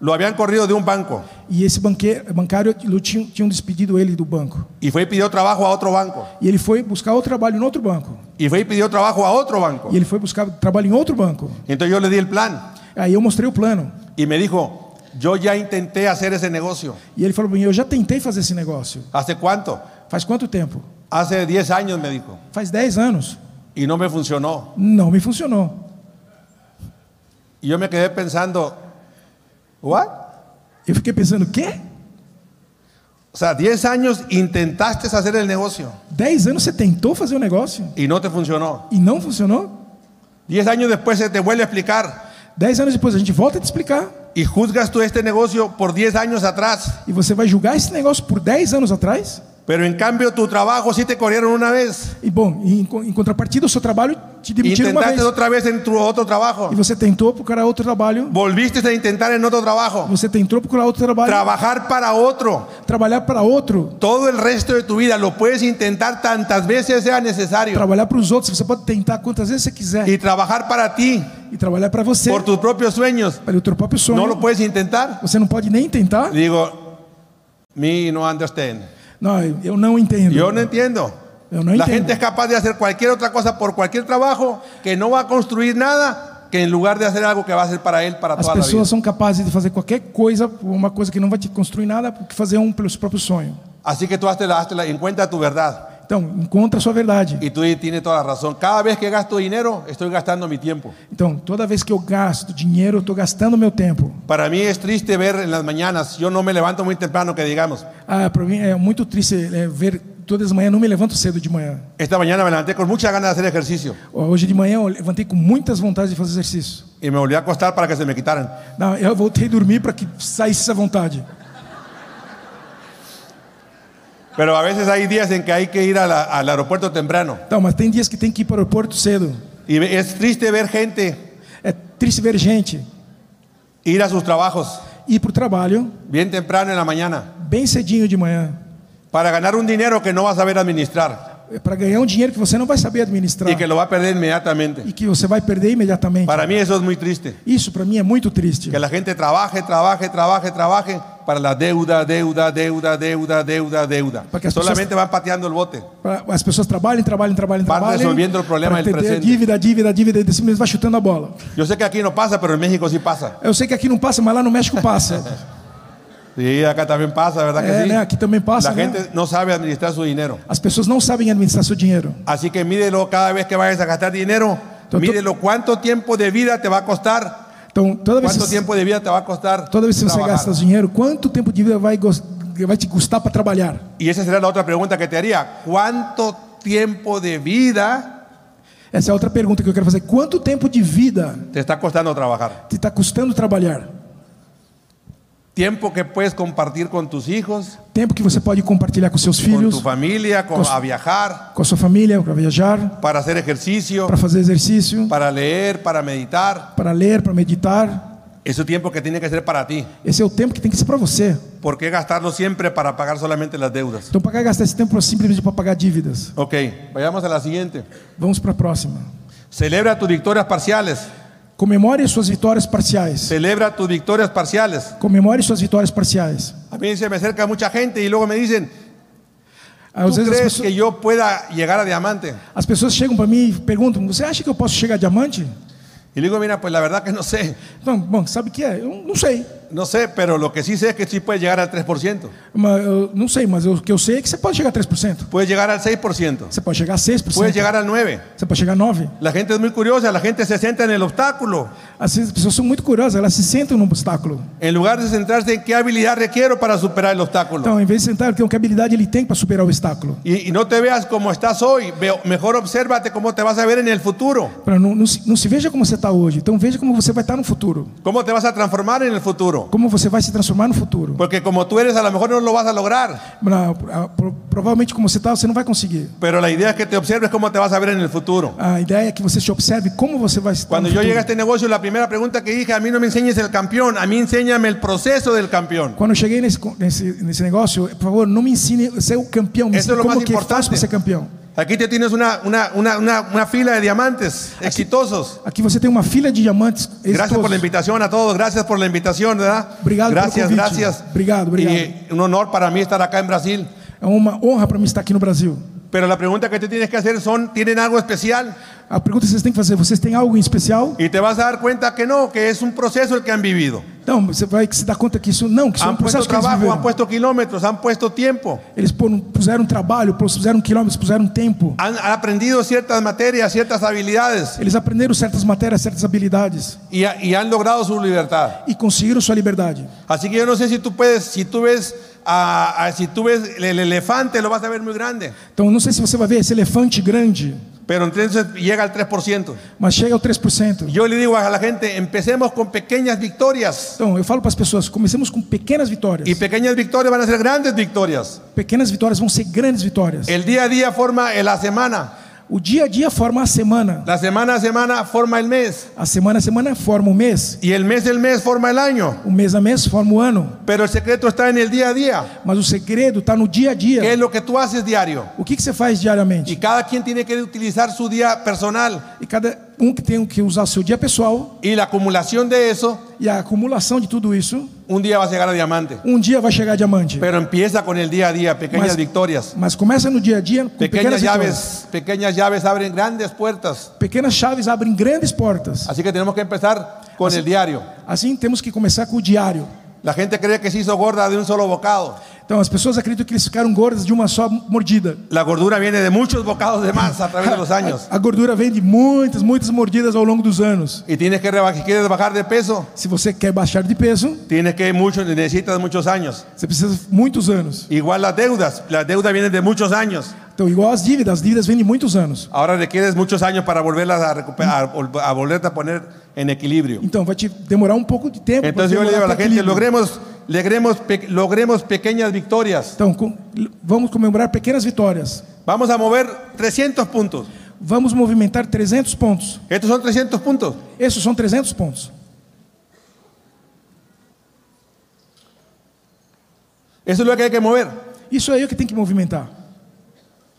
C: lo habían corrido de un banco
D: e esse banque- bancário ele tinha, tinham despedido ele do banco.
C: y fue y pidió trabajo a otro banco
D: E ele foi buscar outro trabalho em outro banco.
C: y fue y pidió trabajo a otro banco.
D: E ele foi buscar trabalho em outro banco.
C: Entonces yo le di el plan
D: Aí eu mostrei o plano.
C: y me dijo, "Yo ya intenté hacer ese negocio.
D: E ele falou para mim: Eu já tentei fazer esse negócio.
C: ¿Hace cuánto?
D: Faz quanto tempo?
C: Hace 10 años me dijo
D: Faz 10 anos.
C: y no me funcionó."
D: Não me funcionou.
C: Y yo me quedé pensando, "¿What?"
D: Eu fiquei pensando: O quê?
C: O sea, 10 años intentaste hacer el negocio
D: 10 anos você tentou fazer o negócio
C: y no te funcionó.
D: e não funcionou?
C: 10 años después se te vuelve a explicar
D: 10 anos depois a gente volta a te explicar.
C: y juzgas tú este negocio por 10 años atrás,
D: E você vai julgar esse negócio por 10 anos atrás?
C: pero en cambio tu trabajo sí te corrieron una vez.
D: E bom, em, co- em contrapartida, o seu trabalho te demitiram uma vez.
C: Intentaste otra vez en tu otro trabajo.
D: E você tentou procurar outro trabalho.
C: Volviste a intentar en otro trabajo.
D: Você tentou procurar outro trabalho.
C: Trabajar para otro.
D: Trabalhar para outro.
C: Todo el resto de tu vida lo puedes intentar tantas veces sea necesario.
D: Trabalhar para os outros. Você pode tentar quantas vezes você quiser.
C: Y trabajar para ti,
D: E trabalhar para você.
C: por tus propios sueños.
D: Para o teu próprio sonho.
C: ¿No lo puedes intentar?
D: Você não pode nem tentar?
C: Digo, me no understand.
D: Não, eu não entendo. é
C: Yo no entiendo.
D: Eu não
C: La
D: entendo.
C: gente es capaz de hacer cualquier otra cosa por cualquier trabajo que no va a construir nada que en lugar de hacer algo que va a hacer para él para
D: As
C: toda la vida.
D: pessoas são capazes de fazer qualquer coisa, uma coisa que não vai te construir nada, porque fazer um pelo seu próprio sonho.
C: Así que tú hazte la, hazte la- encuentra tu verdad.
D: Então, encontra a sua verdade.
C: Y tú tienes toda la razón. Cada vez que gasto dinero, estoy gastando mi tiempo.
D: Então, toda vez que eu gasto dinheiro, eu estou gastando meu tempo.
C: Para mí es triste ver en las mañanas, yo no me levanto muy temprano, que digamos,
D: Ah, para mim é muito triste é, ver todas as manhãs, não me levanto cedo de manhã.
C: Esta mañana me levanté con muchas ganas de hacer ejercicio
D: Ó, Hoje de manhã eu levantei com muitas vontades de fazer exercício.
C: y me volví a acostar para que se me quitaran.
D: Não, eu voltei a dormir para que saísse essa vontade.
C: Pero a veces hay días en que hay que ir a la- al aeropuerto temprano.
D: Então, mas tem dias que tem que ir para o aeroporto cedo.
C: Y ve- es triste ver gente
D: É triste ver gente
C: ir a sus trabajos
D: ir para o trabalho
C: bien temprano en la mañana
D: bem cedinho de manhã
C: para ganar un dinero que no va a saber administrar
D: para ganhar um dinheiro que você não vai saber administrar
C: y que lo va a perder inmediatamente.
D: e que você vai perder imediatamente.
C: Para mí eso es muy triste.
D: Isso para mim é muito triste.
C: Que la gente trabaje, trabaje, trabaje, trabaje para la deuda, deuda, deuda, deuda, deuda, deuda.
D: Para que las
C: Solamente van pateando el bote.
D: Pra- As pessoas trabalham, trabalham, trabalham,
C: Vai
D: trabalham.
C: resolvendo o problema
D: pra
C: do
D: ter
C: presente.
D: Dívida, dívida, dívida, e desse mesmo vai chutando a bola.
C: Yo sé que aquí no pasa, pero en México sí pasa.
D: Eu sei que aqui não passa, mas lá no México passa.
C: Sí, acá también pasa, ¿verdad que
D: É,
C: sí?
D: né? Aqui também passa.
C: La
D: né?
C: gente no sabe administrar su dinero.
D: As pessoas não sabem administrar seu dinheiro.
C: Así que mídelo cada vez que vayas a gastar dinero.
D: Doctor-
C: Mídelo cuánto tiempo de vida te va a costar.
D: Então, toda vez,
C: ¿Cuánto
D: que,
C: tiempo de vida te va a costar?
D: toda vez que você
C: trabajar?
D: gasta dinheiro, quanto tempo de vida vai, gos- vai te custar para trabalhar?
C: Y esa será la otra pregunta que te haría. ¿Cuánto tiempo de vida
D: Essa é outra pergunta que eu quero fazer. Quanto tempo de vida
C: te está costando trabajar?
D: te está custando trabalhar?
C: Tiempo que puedes compartir con tus hijos,
D: Tempo que você pode compartilhar com seus
C: con
D: filhos,
C: tu familia, con,
D: Cos-
C: a viajar,
D: com a sua família, para viajar,
C: para hacer ejercicio,
D: para fazer exercício,
C: para leer, para meditar.
D: para ler, para meditar.
C: Ese tiempo que tiene que ser para ti.
D: Esse é o tempo que tem que ser para você.
C: ¿Por qué gastarlo siempre para pagar solamente las deudas?
D: Então, para que gastar esse tempo simplesmente para pagar dívidas?
C: Ok, vayamos a la siguiente.
D: Vamos para a próxima.
C: Celebra tus victorias parciales.
D: Comemore suas vitórias parciais.
C: Celebra tus victorias parciales.
D: Comemore suas vitórias parciais.
C: A mí se me acerca mucha gente y luego me dicen, ¿tú
D: Às vezes as
C: crees
D: pessoas,
C: que yo pueda llegar a diamante?
D: as pessoas chegam para mim e perguntam: Você acha que eu posso chegar a diamante?
C: Y le digo, mira, pues la verdad que no sé.
D: Não, bom, sabe o que é? Eu não sei.
C: No sé, pero lo que sí sé es que sí puedes llegar al 3%.
D: Mas eu não sei, mas eu- o que eu sei é que você pode chegar a 3%.
C: Puedes llegar al 6%.
D: Você pode chegar a 6%.
C: Puedes llegar al 9%.
D: Você pode chegar a 9%.
C: La gente es muy curiosa, la gente se senta en el obstáculo.
D: Às vezes as pessoas são muito curiosas, elas se sentam num obstáculo.
C: En lugar de centrarse en qué habilidad requiero para superar el obstáculo.
D: Então, em vez de sentar, então, que habilidade ele tem para superar o obstáculo?
C: Y, y no te veas como estás hoy, veo- mejor obsérvate cómo te vas a ver en el futuro.
D: Pra não, não, se, não se veja como você está hoje, então veja como você vai estar no futuro.
C: ¿Cómo te vas a transformar en el futuro?
D: Como você vai se transformar no futuro.
C: Porque como tú eres, a lo mejor no lo vas a lograr.
D: Pra- pra- pro- provavelmente, como você está, você não vai conseguir.
C: Pero la idea es que te observes cómo te vas a ver en el futuro.
D: A ideia é que você se observe como você vai estar
C: Cuando
D: no
C: yo llegué a
D: futuro.
C: este negocio, la primera pregunta que dije, a mí no me enseñes el campeón, a mí enséñame el proceso del campeón.
D: Quando eu cheguei nesse, co- nesse, nesse negócio, por favor, não me ensine a ser o campeão, me
C: Esse
D: ensine
C: é o
D: como
C: mais
D: que faz
C: importante.
D: para ser campeão.
C: Aquí te tienes una, una, una, una, una fila de diamantes exitosos.
D: Aqui você tem uma fila de diamantes
C: Gracias por la
D: exitosos.
C: invitación a todos, gracias por la invitación, ¿verdad?
D: Obrigado pelo
C: gracias,
D: convite.
C: gracias.
D: Obrigado, obrigado.
C: Y un honor para mí estar acá en Brasil.
D: É uma honra para mim estar aqui no Brasil.
C: Pero la pregunta que te tienes que hacer son, ¿tienen algo especial?
D: A pergunta que vocês têm que fazer, vocês têm algo em especial?
C: Y te vas a dar cuenta que no, que es un proceso el que han vivido.
D: Então, você vai se dar conta que isso não, que isso é um
C: Han puesto
D: processo que eles
C: trabajo, han
D: viveram.
C: puesto kilómetros, han puesto tiempo,
D: Eles foram- puseram trabalho, puseram quilômetros, puseron tempo.
C: han, han aprendido ciertas materias, ciertas habilidades
D: Eles aprenderam certas matérias, certas habilidades
C: y, ha- y han logrado su libertad.
D: e conseguiram sua liberdade.
C: Así que yo no sé si tú puedes, si tú ves, a- a- si tú ves el, el elefante, lo vas a ver muy grande,
D: Então, eu não sei se você vai ver esse elefante grande,
C: pero entonces llega al 3%.
D: mas chega ao 3%.
C: Yo le digo a la gente, empecemos con pequeñas victorias
D: Então, eu falo para as pessoas, comecemos com pequenas vitórias.
C: y pequeñas victorias van a ser grandes victorias.
D: Pequenas vitórias vão ser grandes vitórias.
C: El día a día forma la semana,
D: O dia a dia forma a semana.
C: la semana a semana forma el mes
D: A semana a semana forma o mês.
C: y el mes el mes forma el año.
D: O mês a mês forma o ano.
C: Pero el secreto está en el día a día.
D: Mas o segredo está no dia a
C: ¿Qué es
D: dia.
C: lo que tú haces diario?
D: O que, que você faz
C: Y
D: diariamente?
C: cada quien tiene que utilizar su día personal
D: E cada um que tem que usar seu dia pessoal
C: y la acumulación de eso,
D: e a acumulação de tudo isso,
C: un día vas a llegar a diamante.
D: um dia vai chegar diamante.
C: Pero empieza con el día a día, pequeñas
D: Mas-
C: victorias.
D: Mas começa no dia a dia com
C: Pequeñas
D: pequenas vitórias.
C: llaves, pequeñas llaves abren grandes puertas.
D: Pequenas chaves abrem grandes portas.
C: Así que tenemos que empezar con el diario.
D: Assim temos que começar com o diário.
C: La gente cree que se hizo gorda de un solo bocado.
D: Então, as pessoas acreditam que eles ficaram gordas de uma só mordida.
C: La gordura viene de muchos bocados de más a través de los años.
D: A gordura vem de muitas, muitas mordidas ao longo dos anos.
C: Y tienes que rebajar, si quieres bajar de peso,
D: Se você quer baixar de peso,
C: tienes que mucho, necesitas muchos años.
D: você precisa de muitos anos.
C: Igual las deudas, las deudas vienen de muchos años.
D: Então, igual as dívidas, as dívidas vêm de muitos anos.
C: Ahora requieres muchos años para volverlas a recuperar, a vol- a volverte a poner en equilibrio.
D: Então, vai te demorar um pouco de tempo. pra
C: Entonces yo le
D: demorar
C: digo a la Então,
D: pra
C: gente,
D: equilíbrio.
C: logremos, logremos, pe- logremos pequeñas victorias.
D: Então, com- vamos comemorar pequenas vitórias.
C: Vamos a mover 300 puntos.
D: Vamos movimentar 300 pontos.
C: Estos son 300 puntos.
D: Esses são 300 pontos.
C: Eso es lo que hay que mover.
D: Isso aí é o que tem que movimentar.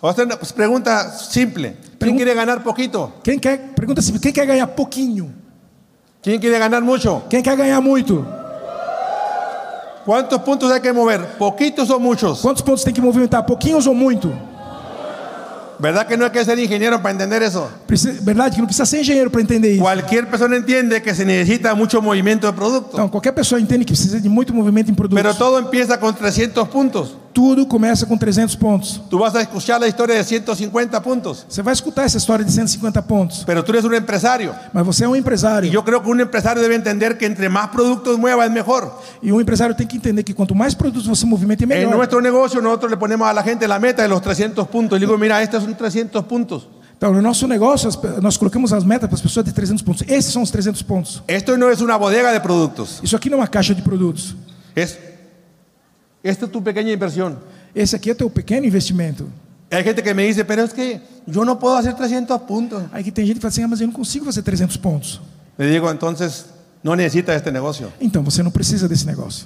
C: Vamos a hacer una pues, pregunta simple. ¿Quién
D: Pregun-
C: quiere ganar poquito?
D: Quem quer, pergunta se quem quer ganhar pouquinho?
C: ¿Quién quiere ganar mucho?
D: Quem quer ganhar muito?
C: ¿Cuántos puntos hay que mover? ¿Poquitos o muchos?
D: Quantos pontos tem que movimentar? Pouquinhos ou muito?
C: ¿Verdad que no hay que ser ingeniero para entender eso?
D: Precisa, verdade que não precisa ser engenheiro para entender isso.
C: Cualquier persona entiende que se necesita mucho movimiento de producto.
D: Então, qualquer pessoa entende que precisa de muito movimento em produtos.
C: Pero todo empieza con 300 puntos.
D: Tudo começa com 300 pontos.
C: Tú vas a escuchar la historia de 150 puntos.
D: Você vai escutar essa história de 150 pontos,
C: Pero tú eres un empresario.
D: mas você é um empresário.
C: Y yo creo que un empresario debe entender que entre más productos mueva es mejor.
D: E um empresário tem que entender que quanto mais produtos você movimenta, é
C: En
D: melhor.
C: nuestro negocio nosotros le ponemos a la gente la meta de los 300 puntos. Y digo, mira, este estos son 300 puntos.
D: Então, no nosso negócio, as pe- nós colocamos as metas para as pessoas de 300 pontos. Esses são os 300 pontos.
C: Esto no es una bodega de productos.
D: Isso aqui não é uma caixa de produtos.
C: Es, esta es tu pequeña inversión.
D: Esse aqui é teu pequeno investimento.
C: Hay gente que me dice, pero es que yo no puedo hacer 300 puntos.
D: Aí que tem gente que fala assim, ah, mas eu não consigo fazer 300 pontos.
C: Le digo, entonces, no necesitas este negocio.
D: Então, você não precisa desse negócio.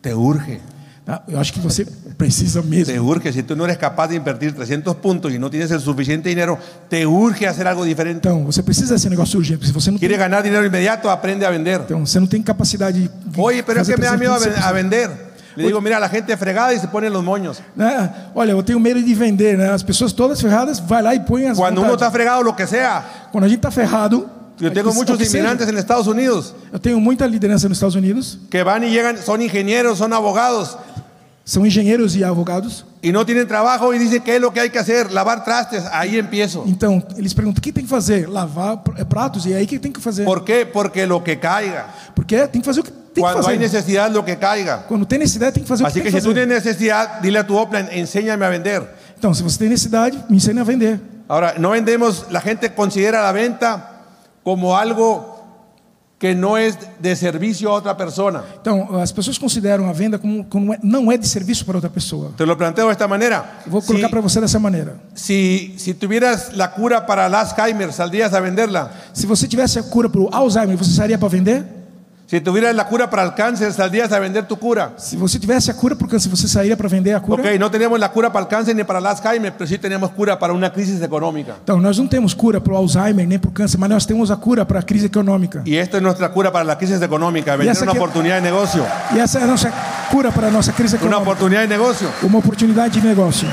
C: Te urge.
D: tá? Eu acho que você precisa
C: Te
D: mesmo.
C: urge. Si tú no eres capaz de invertir 300 puntos y no tienes el suficiente dinero, te urge hacer algo diferente.
D: Então, você precisa desse negócio urgente. Se você não
C: ¿Quieres
D: tem,
C: ganar dinero inmediato? Aprende a vender.
D: então, você não tem capacidade de
C: Oye, pero es
D: fazer
C: que é me da miedo a, ven-
D: 300
C: a vender. Pues Le digo, mira, la gente es fregada y se pone los moños.
D: né? Olha, eu tenho medo de vender, né? As pessoas todas ferradas, vai lá e põe as
C: Cuando uno
D: vontades.
C: está fregado, lo que sea.
D: Quando a gente está ferrado...
C: Yo
D: é que-
C: tengo
D: é
C: muchos
D: que seja.
C: inmigrantes en Estados Unidos
D: Eu tenho muita liderança nos Estados Unidos.
C: que van y llegan, son ingenieros, son abogados
D: São engenheiros e advogados.
C: y no tienen trabajo y dicen, ¿qué es lo que hay que hacer? Lavar trastes. Ahí empiezo.
D: Então, eles perguntam: o que tem que fazer? Lavar pr- eh, pratos? E aí, o que tem que fazer?
C: ¿Por qué? Porque lo que caiga.
D: Porque tem que fazer o que tem que
C: Cuando hay
D: fazer.
C: necesidad, lo que caiga.
D: Quando tem necessidade, tem que fazer o que
C: Así
D: tem
C: que
D: que
C: si tú
D: fazer.
C: tienes necesidad, dile a tu Oplan, enséñame a vender.
D: Então, se você tem necessidade, me ensine a vender.
C: Ahora, no vendemos, la gente considera la venta como algo que no es de servicio a otra persona.
D: Então, as pessoas consideram a venda como, como não é- não é de serviço para outra pessoa.
C: Te lo planteo de esta manera.
D: Eu vou
C: Si-
D: colocar para você dessa maneira.
C: Si, si tuvieras la cura para el Alzheimer, ¿saldrías a venderla?
D: Se você tivesse a cura para o Alzheimer, você sairia para vender?
C: Si tuvieras la cura para el cáncer, ¿saldrías a vender tu cura?
D: Se você tivesse a cura para o câncer, você sairia para vender a cura?
C: Ok, no tenemos la cura para el cáncer ni para el Alzheimer, pero sí tenemos cura para una crisis económica.
D: Então, nós não temos cura para o Alzheimer nem para o câncer, mas nós temos a cura para a crise econômica.
C: Y esta es nuestra cura para la crisis económica, vender
D: esa
C: una
D: que-
C: oportunidad de negocio.
D: E essa é a nossa cura para a nossa crise
C: Una
D: econômica.
C: oportunidad de negocio.
D: Uma oportunidade de negócio.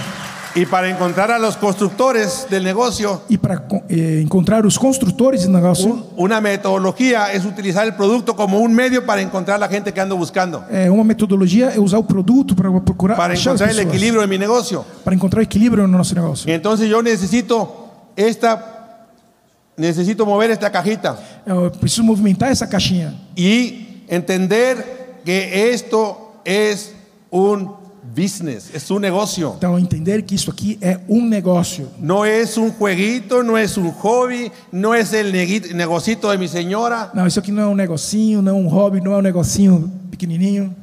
C: Y para encontrar a los constructores del negocio,
D: E para co- eh, encontrar os construtores de negócio,
C: un- una metodología es utilizar el producto como un medio para encontrar a la gente que ando buscando,
D: é, uma metodologia é usar o produto para procurar
C: para
D: achar as
C: encontrar el
D: pessoas,
C: equilibrio de mi negocio.
D: para encontrar o equilíbrio no nosso negócio.
C: Entonces yo necesito esta, necesito mover esta cajita
D: Eu preciso movimentar essa caixinha
C: y entender que esto es un business, es un negocio.
D: Então, entender que isso aqui é um negócio.
C: No es un jueguito, no es un hobby, no es el negui- negocito de mi señora.
D: Não, isso aqui não é um negocinho, não é um hobby, não é um negocinho pequenininho.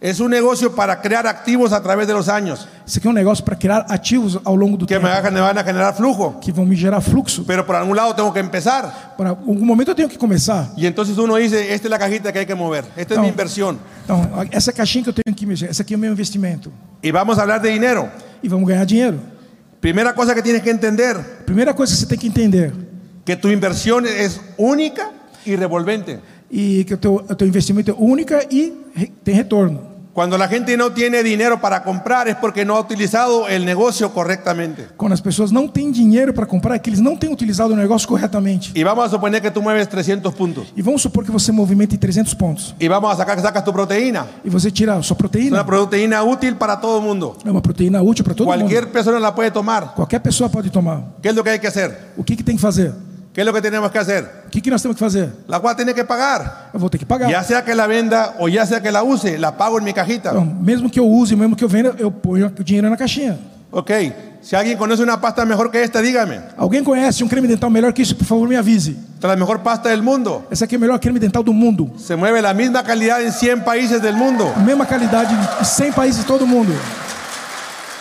C: Es un negocio para crear activos a través de los años
D: Isso aqui é um negócio para criar ativos ao longo do
C: que é
D: tempo
C: me hagan- me van a generar flujo.
D: que vão me gerar fluxo.
C: Pero por algún lado tengo que empezar.
D: Para algum momento eu tenho que começar.
C: Y entonces uno dice, esta es la cajita que hay que mover, esta es
D: No.
C: mi inversión.
D: Então, a- essa caixinha que eu tenho que mexer, essa aqui é o meu investimento.
C: Y vamos a hablar de dinero.
D: E vamos ganhar dinheiro.
C: Primera cosa que tienes que entender,
D: Primeira coisa que você tem que entender
C: que tu inversión es única y revolvente.
D: e que o teu, o teu investimento é única e re- tem retorno.
C: Cuando la gente no tiene dinero para comprar es porque no ha utilizado el negocio correctamente.
D: Quando as pessoas não têm dinheiro para comprar, é que eles não têm utilizado o negócio corretamente.
C: Y vamos a suponer que tú mueves 300 puntos.
D: E vamos supor que você movimente 300 pontos.
C: Y vamos a sacar que sacas tu proteína.
D: E você tira a sua
C: Es una
D: proteína.
C: proteína útil para todo el mundo.
D: É uma proteína útil para todo mundo.
C: Cualquier persona la puede tomar.
D: Qualquer pessoa pode tomar.
C: ¿Qué es lo que hay que hacer?
D: O que, que tem que fazer?
C: ¿Qué es lo que tenemos que hacer?
D: O que, que nós temos que fazer?
C: La cual tiene que pagar.
D: Eu vou ter que pagar.
C: Ya sea que la venda o ya sea que la use, la pago en mi
D: Então,
C: cajita.
D: mesmo que eu use, mesmo que eu venda, eu ponho o dinheiro na caixinha.
C: Ok. Si alguien conoce una pasta mejor que esta, dígame.
D: Alguém conhece um creme dental melhor que isso? Por favor, me avise.
C: Esta es La mejor pasta del mundo.
D: Essa aqui é o melhor creme dental do mundo.
C: Se mueve la misma calidad en 100 países del mundo.
D: Mesma qualidade em 100 países de todo mundo.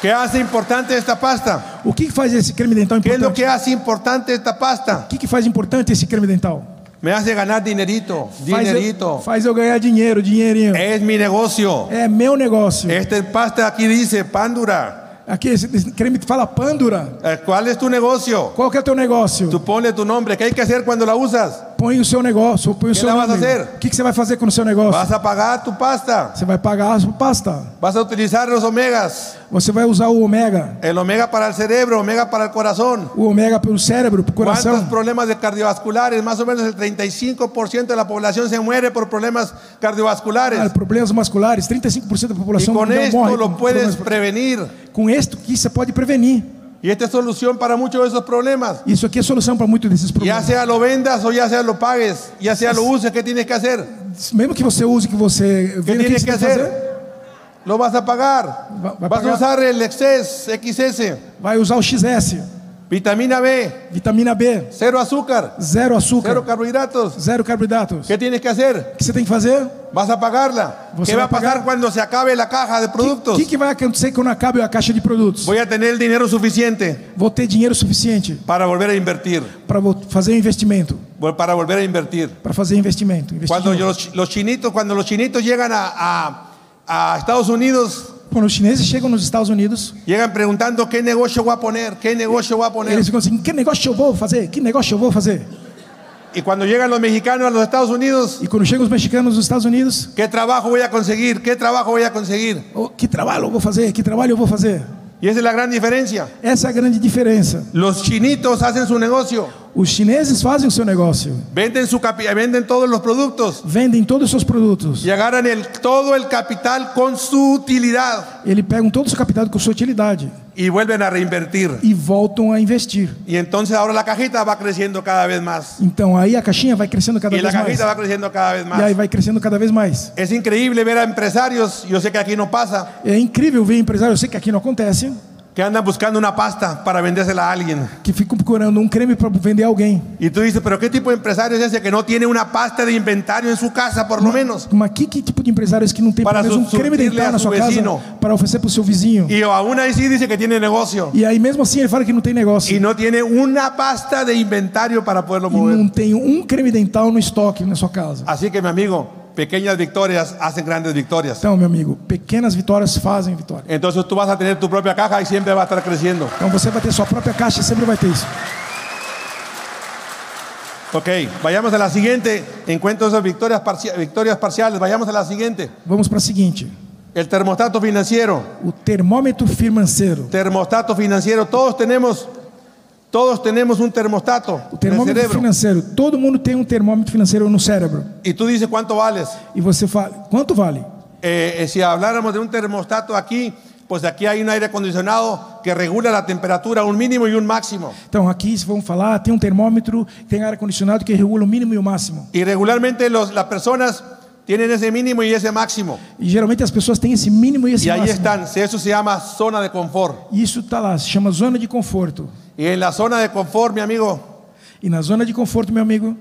C: ¿Qué hace importante esta pasta?
D: O que que faz esse creme dental
C: ¿Qué es lo
D: importante?
C: que hace importante esta pasta?
D: O que, que faz importante esse creme dental?
C: Me hace ganar dinerito,
D: Faz
C: dinerito. É.
D: eu, faz eu ganhar dinheiro, dinheirinho.
C: Es mi negocio.
D: É meu negócio.
C: Este pasta aquí dice Pandura.
D: Aqui, esse, esse creme fala pândura.
C: Eh, ¿Cuál es tu negocio?
D: Qual que é o teu negócio?
C: Tú ponle tu nombre. ¿Qué hay que hacer cuando la usas?
D: Põe o seu negócio, põe o
C: Que
D: seu
C: lá
D: nome.
C: vai fazer?
D: O que, que você vai fazer com o seu negócio?
C: Vas a pagar tu pasta.
D: Você vai pagar a sua pasta.
C: Vas a utilizar los omegas.
D: Você vai usar o ômega.
C: El omega para el cerebro, omega para el corazón.
D: O ômega para o cérebro, para o
C: ¿Cuántos
D: coração.
C: problemas de cardiovasculares? Más o menos el 35% de la población se muere por problemas
D: Ah,
C: cardiovasculares.
D: problemas musculares. 35% da
C: Y
D: população
C: con
D: mundial
C: esto
D: morre.
C: lo
D: com
C: puedes
D: problemas-
C: prevenir.
D: Com isto que você pode prevenir.
C: Y esta es solución para muchos de esos problemas.
D: Isso aqui é solução para muitos desses
C: Ya
D: problemas.
C: sea lo vendas o ya sea lo pagues, ya sea lo uses, ¿qué tienes que hacer?
D: Mesmo que você use, que você
C: ¿Qué
D: veja o que
C: tienes
D: você
C: que
D: tem que fazer,
C: hacer? Lo vas a pagar.
D: Va- va a
C: vas a
D: pagar.
C: usar el exces, XS,
D: vai usar o XS,
C: vitamina B,
D: vitamina B,
C: cero azúcar,
D: zero açúcar,
C: cero
D: zero,
C: carbohidratos.
D: carboidratos.
C: ¿Qué tienes que hacer?
D: O que você tem que fazer?
C: Vas a pagarla.
D: Você
C: ¿Qué va
D: va
C: a
D: a
C: pasar
D: pagar.
C: cuando se acabe la caja de
D: O
C: productos?
D: que, que vai acontecer quando acabe a caixa de produtos?
C: Voy a tener el dinero suficiente
D: Vou ter dinheiro suficiente
C: para volver a invertir.
D: para vo- fazer um investimento.
C: vol- Para volver a invertir.
D: Para fazer investimento. investir
C: Cuando
D: de novo.
C: los, chi- los chinitos, cuando los chinitos llegan a- a- a Estados Unidos,
D: Quando os chineses chegam nos Estados Unidos,
C: Llegan preguntando qué negocio voy a poner, qué negocio voy a poner.
D: eles ficam assim: que negócio eu vou fazer? Que negócio eu vou fazer?
C: Y cuando llegan los mexicanos a los Estados Unidos,
D: E quando chegam os mexicanos nos Estados Unidos,
C: ¿qué trabajo voy a conseguir? ¿Qué trabajo voy a conseguir?
D: oh, que trabalho eu vou fazer? Que trabalho eu vou fazer?
C: Y esa es la gran diferencia.
D: Essa é a grande diferença.
C: Los chinitos hacen su negocio,
D: Os chineses fazem o seu negócio,
C: venden, su capi- venden todos los productos
D: vendem todos os seus produtos.
C: y agarran el, todo el capital con su utilidad
D: Eles pegam todo o seu capital com sua utilidade
C: y vuelven a reinvertir.
D: e voltam a investir.
C: Y entonces ahora la cajita va creciendo cada vez más.
D: Então aí a caixinha vai crescendo cada
C: Y la
D: vez mais.
C: cajita va creciendo cada vez
D: E aí
C: más.
D: vai crescendo cada vez mais.
C: Es increíble ver a empresarios, yo sé que aquí no pasa,
D: É incrível ver empresário, eu sei que aqui não acontece,
C: que andan buscando una pasta para vendérsela a alguien.
D: que ficam procurando um creme para vender a alguém.
C: Y tú dices, pero ¿qué tipo de empresario es ese que no tiene una pasta de inventario en su casa, por lo menos?
D: Mas que, que tipo de empresário é esse que não tem
C: Para
D: pelo menos um
C: su-
D: creme
C: surtirle a
D: dental na
C: su
D: sua casa
C: vecino.
D: para oferecer para o seu vizinho?
C: Y aún ahí sí dice que tiene negocio.
D: E aí mesmo assim ele fala que não tem negócio.
C: Y no tiene una pasta de inventario para poderlo
D: E não
C: mover.
D: tem um creme dental no estoque na sua casa.
C: Así que, mi amigo, pequeñas victorias hacen grandes victorias.
D: Então, meu amigo, pequenas vitórias fazem vitória.
C: Entonces tú vas a tener tu propia caja y siempre va a estar creciendo.
D: Então você vai ter sua própria caixa e sempre vai ter isso.
C: Ok, vayamos a la siguiente. Encuentro esas victorias, parcia- victorias parciales. Vayamos a la siguiente.
D: Vamos para a seguinte:
C: El termostato financiero.
D: o termômetro financeiro.
C: Termostato financiero. Todos tenemos, todos tenemos un termostato
D: O
C: en el
D: termômetro
C: cerebro.
D: financeiro. Todo mundo tem um termômetro financeiro no cérebro.
C: Y tú dices cuánto vales.
D: E você fala: quanto vale?
C: Eh, eh, si habláramos de un termostato aquí, pues aquí hay un aire acondicionado que regula la temperatura, un mínimo y un máximo.
D: Então, aqui se vamos falar, tem um termômetro, tem ar-condicionado que regula o mínimo e o máximo.
C: Y regularmente los, las personas tienen ese mínimo y ese máximo.
D: E geralmente as pessoas têm esse mínimo e esse
C: Y ahí
D: máximo.
C: están, Se eso se llama zona de confort.
D: E Isso está lá, se chama zona de conforto.
C: Y en la zona de confort, mi amigo,
D: E na zona de conforto, meu amigo,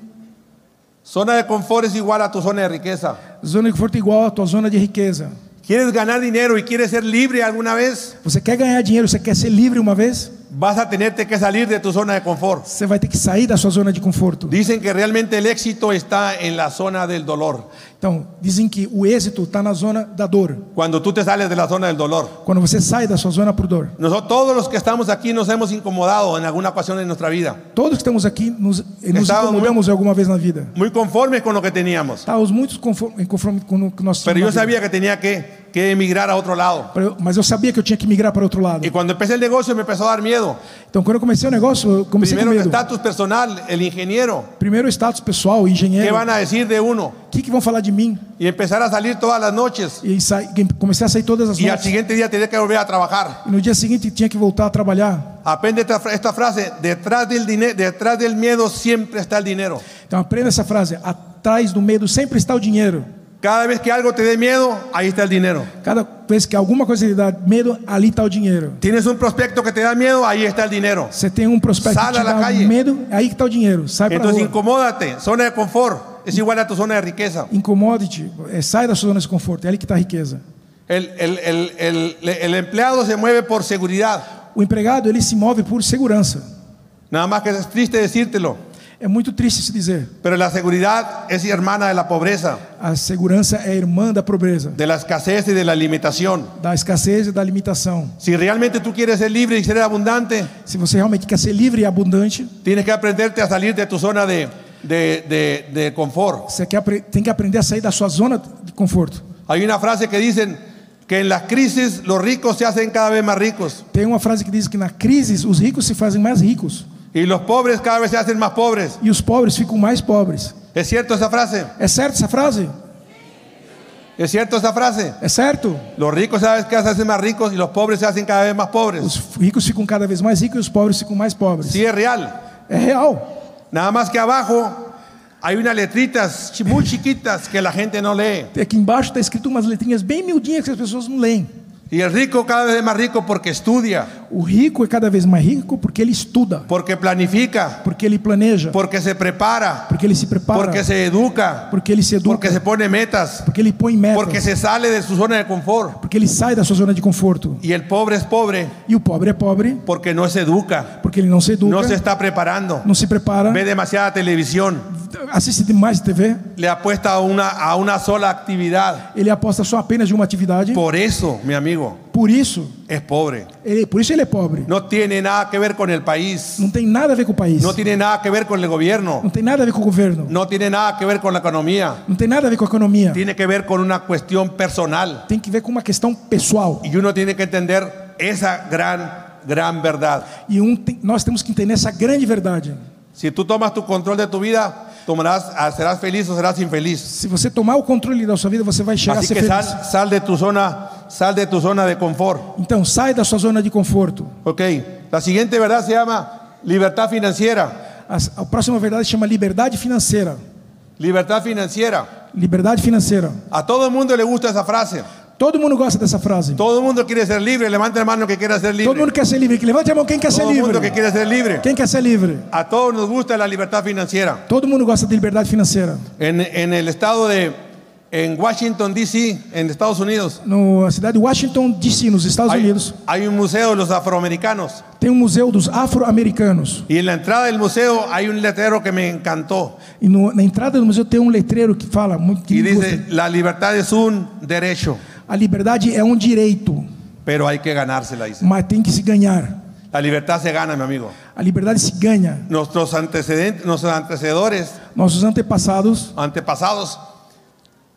C: zona de confort es igual a tu zona de riqueza.
D: zona de conforto é igual à tua zona de riqueza.
C: ¿Quieres ganar dinero y quieres ser libre alguna vez?
D: Você quer ganhar dinheiro, você quer ser livre uma vez,
C: Vas a tenerte que salir de tu zona de confort.
D: você vai ter que sair da sua zona de conforto.
C: Dicen que realmente el éxito está en la zona del dolor.
D: Então, dizem que o êxito está na zona da dor.
C: cuando tú te sales de la zona del dolor.
D: Quando você sai da sua zona por dor.
C: Nosotros, todos los que estamos aquí nos hemos incomodado en alguna ocasión en nuestra vida,
D: Todos que estamos aqui nos, eh, nos
C: Estávamos
D: incomodamos alguma vez na vida.
C: muy conformes con lo que teníamos.
D: Estávamos muito conforme, em conforme com o que nós
C: Pero
D: tínhamos
C: yo
D: na vida.
C: sabía que tenía que, que emigrar a otro lado.
D: Pra eu- Mas eu sabia que eu tinha que migrar para outro lado.
C: Y cuando empecé el negocio me empezó a dar miedo.
D: Então, quando eu comecei o negócio, eu comecei
C: Primero
D: com
C: el
D: medo.
C: estatus personal, el ingeniero,
D: Primeiro o status pessoal,
C: ¿qué
D: engenheiro.
C: van a decir de uno?
D: O que, que vão falar de mim?
C: Y empezar a salir todas las noches
D: E sa... comecei a sair todas as
C: y al
D: noites.
C: siguiente día tener que volver a trabajar.
D: E no dia seguinte tinha que voltar a trabalhar.
C: Aprende esta, fra- esta frase, detrás del, dine- detrás del miedo siempre está el dinero.
D: Então aprenda essa frase: atrás do medo sempre está o dinheiro.
C: Cada vez que algo te dé miedo, ahí está el dinero.
D: Cada vez que alguma coisa lhe dá medo, ali está o dinheiro.
C: Tienes un prospecto que te da miedo, ahí está el dinero.
D: Você tem um prospecto
C: Sai
D: que te
C: da
D: dá
C: calle.
D: medo, é aí que está o dinheiro. Sai para
C: Entonces
D: rua.
C: incomódate, zona de confort es igual a tu zona de riqueza.
D: Incomode-te, eh, sai da sua zona de conforto, é ali que está a riqueza.
C: El, el- el- el- el empleado se mueve por seguridad,
D: O empregado, ele se move por segurança.
C: nada más que es triste decírtelo,
D: É muito triste se dizer.
C: pero la seguridad es hermana de la pobreza,
D: A segurança é irmã da pobreza,
C: de la escasez e de la limitación.
D: da escassez e da limitação.
C: Si realmente tú quieres ser libre y ser abundante,
D: Se você realmente quer ser livre e abundante,
C: tienes que aprenderte a salir de tu zona de, de- de- de confort.
D: você quer, apre- tem que aprender a sair da sua zona de conforto.
C: Hay una frase que dicen que en las crisis los ricos se hacen cada vez más ricos
D: Tem uma frase que diz que na crise os ricos se fazem mais ricos
C: y los pobres cada vez se hacen más pobres.
D: e os pobres ficam mais pobres.
C: ¿Es cierto esa frase?
D: É certo essa frase?
C: ¿Es cierto esa frase?
D: É certo?
C: Los ricos sabes que se hacen más ricos y los pobres se hacen cada vez más
D: Os
C: pobres.
D: ricos ficam cada vez mais ricos e os pobres ficam mais pobres.
C: Sí es real.
D: É real.
C: Nada más que abajo hay unas letritas chi- muy chiquitas que la gente no lee.
D: Aqui embaixo está escrito umas letrinhas bem miudinhas que as pessoas não leem.
C: Y el rico cada vez es más rico porque estudia,
D: O rico é cada vez mais rico porque ele estuda,
C: porque planifica,
D: porque ele planeja,
C: porque se prepara,
D: porque ele se prepara,
C: porque se educa,
D: porque ele se educa,
C: porque se pone metas,
D: porque ele põe metas,
C: porque se sale de su zona de confort.
D: porque ele sai da sua zona de conforto.
C: Y el pobre es pobre
D: E o pobre é pobre
C: porque no se educa,
D: porque ele não se educa,
C: no se está preparando,
D: não se prepara,
C: ve demasiada televisión,
D: assiste demais TV,
C: le apuesta a una, a una sola actividad.
D: ele aposta só apenas de uma atividade.
C: Por eso, mi amigo,
D: Por isso,
C: es pobre.
D: ele, por isso ele é pobre.
C: No tiene nada que ver con el país,
D: Não tem nada a ver com o país.
C: no tiene nada que ver con el
D: Não
C: gobierno,
D: tem nada a ver com o governo.
C: no tiene nada que ver con la economía,
D: Não tem nada a ver com a economia.
C: tiene que ver con una cuestión personal.
D: Tem que ver com uma questão pessoal.
C: Y uno tiene que entender esa gran, gran verdad.
D: E um tem- nós temos que entender essa grande verdade.
C: Si tú tomas tu control de tu vida, tomarás, ah, serás feliz o serás infeliz.
D: Se você tomar o controle da sua vida, você vai chegar a
C: Así
D: ser
C: que
D: feliz.
C: sal, sal de tu zona, sal de tu zona de confort.
D: Então, sai da sua zona de conforto.
C: Ok, la siguiente verdad se llama libertad financiera.
D: As- A, próxima verdade chama liberdade financeira.
C: Libertad financiera.
D: Liberdade financeira.
C: A todo el mundo le gusta esa frase.
D: Todo mundo gosta dessa frase.
C: Todo el mundo quiere ser libre. Levanta la mano que quiera ser libre.
D: Todo mundo quer ser livre. Que Levante a mão quem quer ser
C: Todo el mundo que
D: livre.
C: quiere ser libre.
D: Quem quer ser livre?
C: A todos nos gusta la libertad financiera.
D: Todo mundo gosta de liberdade financeira.
C: En, en el estado de en Washington D.C. en Estados Unidos
D: No, na cidade de Washington, D.C., nos Estados
C: hay,
D: Unidos,
C: hay un museo de los afroamericanos
D: tem um museu dos afro-americanos.
C: y en la entrada del museo hay un letrero que me encantó
D: E no- na entrada do museu tem um letreiro que fala muito que
C: y
D: me
C: dice
D: gusta.
C: la libertad es un derecho,
D: a liberdade é um direito,
C: pero hay que ganársela dice.
D: mas tem que se ganhar.
C: La libertad se gana, mi amigo.
D: A liberdade se ganha.
C: Nuestros antecedentes, nuestros antecedores,
D: Nossos antepassados
C: antepasados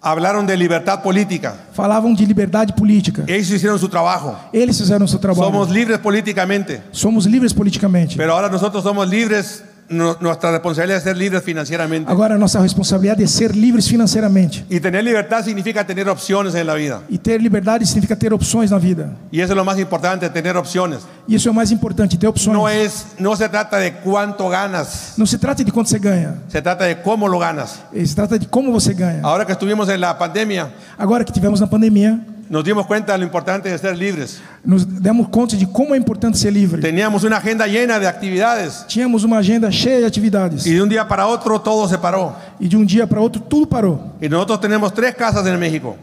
C: hablaron de libertad política.
D: falavam de liberdade política.
C: Ellos hicieron su trabajo.
D: Eles fizeram o seu trabalho.
C: Somos
D: Somos,
C: libres políticamente,
D: livres politicamente.
C: pero ahora nosotros somos libres, nu- nuestra responsabilidad es ser libres financieramente.
D: Agora a nossa responsabilidade é ser livres financeiramente.
C: Y tener libertad significa tener opciones en la vida.
D: E ter liberdade significa ter opções na vida.
C: Y eso es lo más importante, tener opciones.
D: Isso é o mais importante, ter opções.
C: No, es, no se trata de cuánto ganas,
D: Não se trata de quanto você ganha,
C: se trata de cómo lo ganas.
D: se trata de como você ganha.
C: Ahora que estuvimos en la pandemia,
D: Agora que tivemos na pandemia,
C: nos dimos cuenta de lo importante de ser libres.
D: nos demos conta de como é importante ser livre.
C: Teníamos una agenda llena de actividades
D: Tínhamos uma agenda cheia de atividades
C: y de un día para otro todo se paró.
D: e de um dia para outro tudo parou.
C: Y nosotros tenemos tres casas en México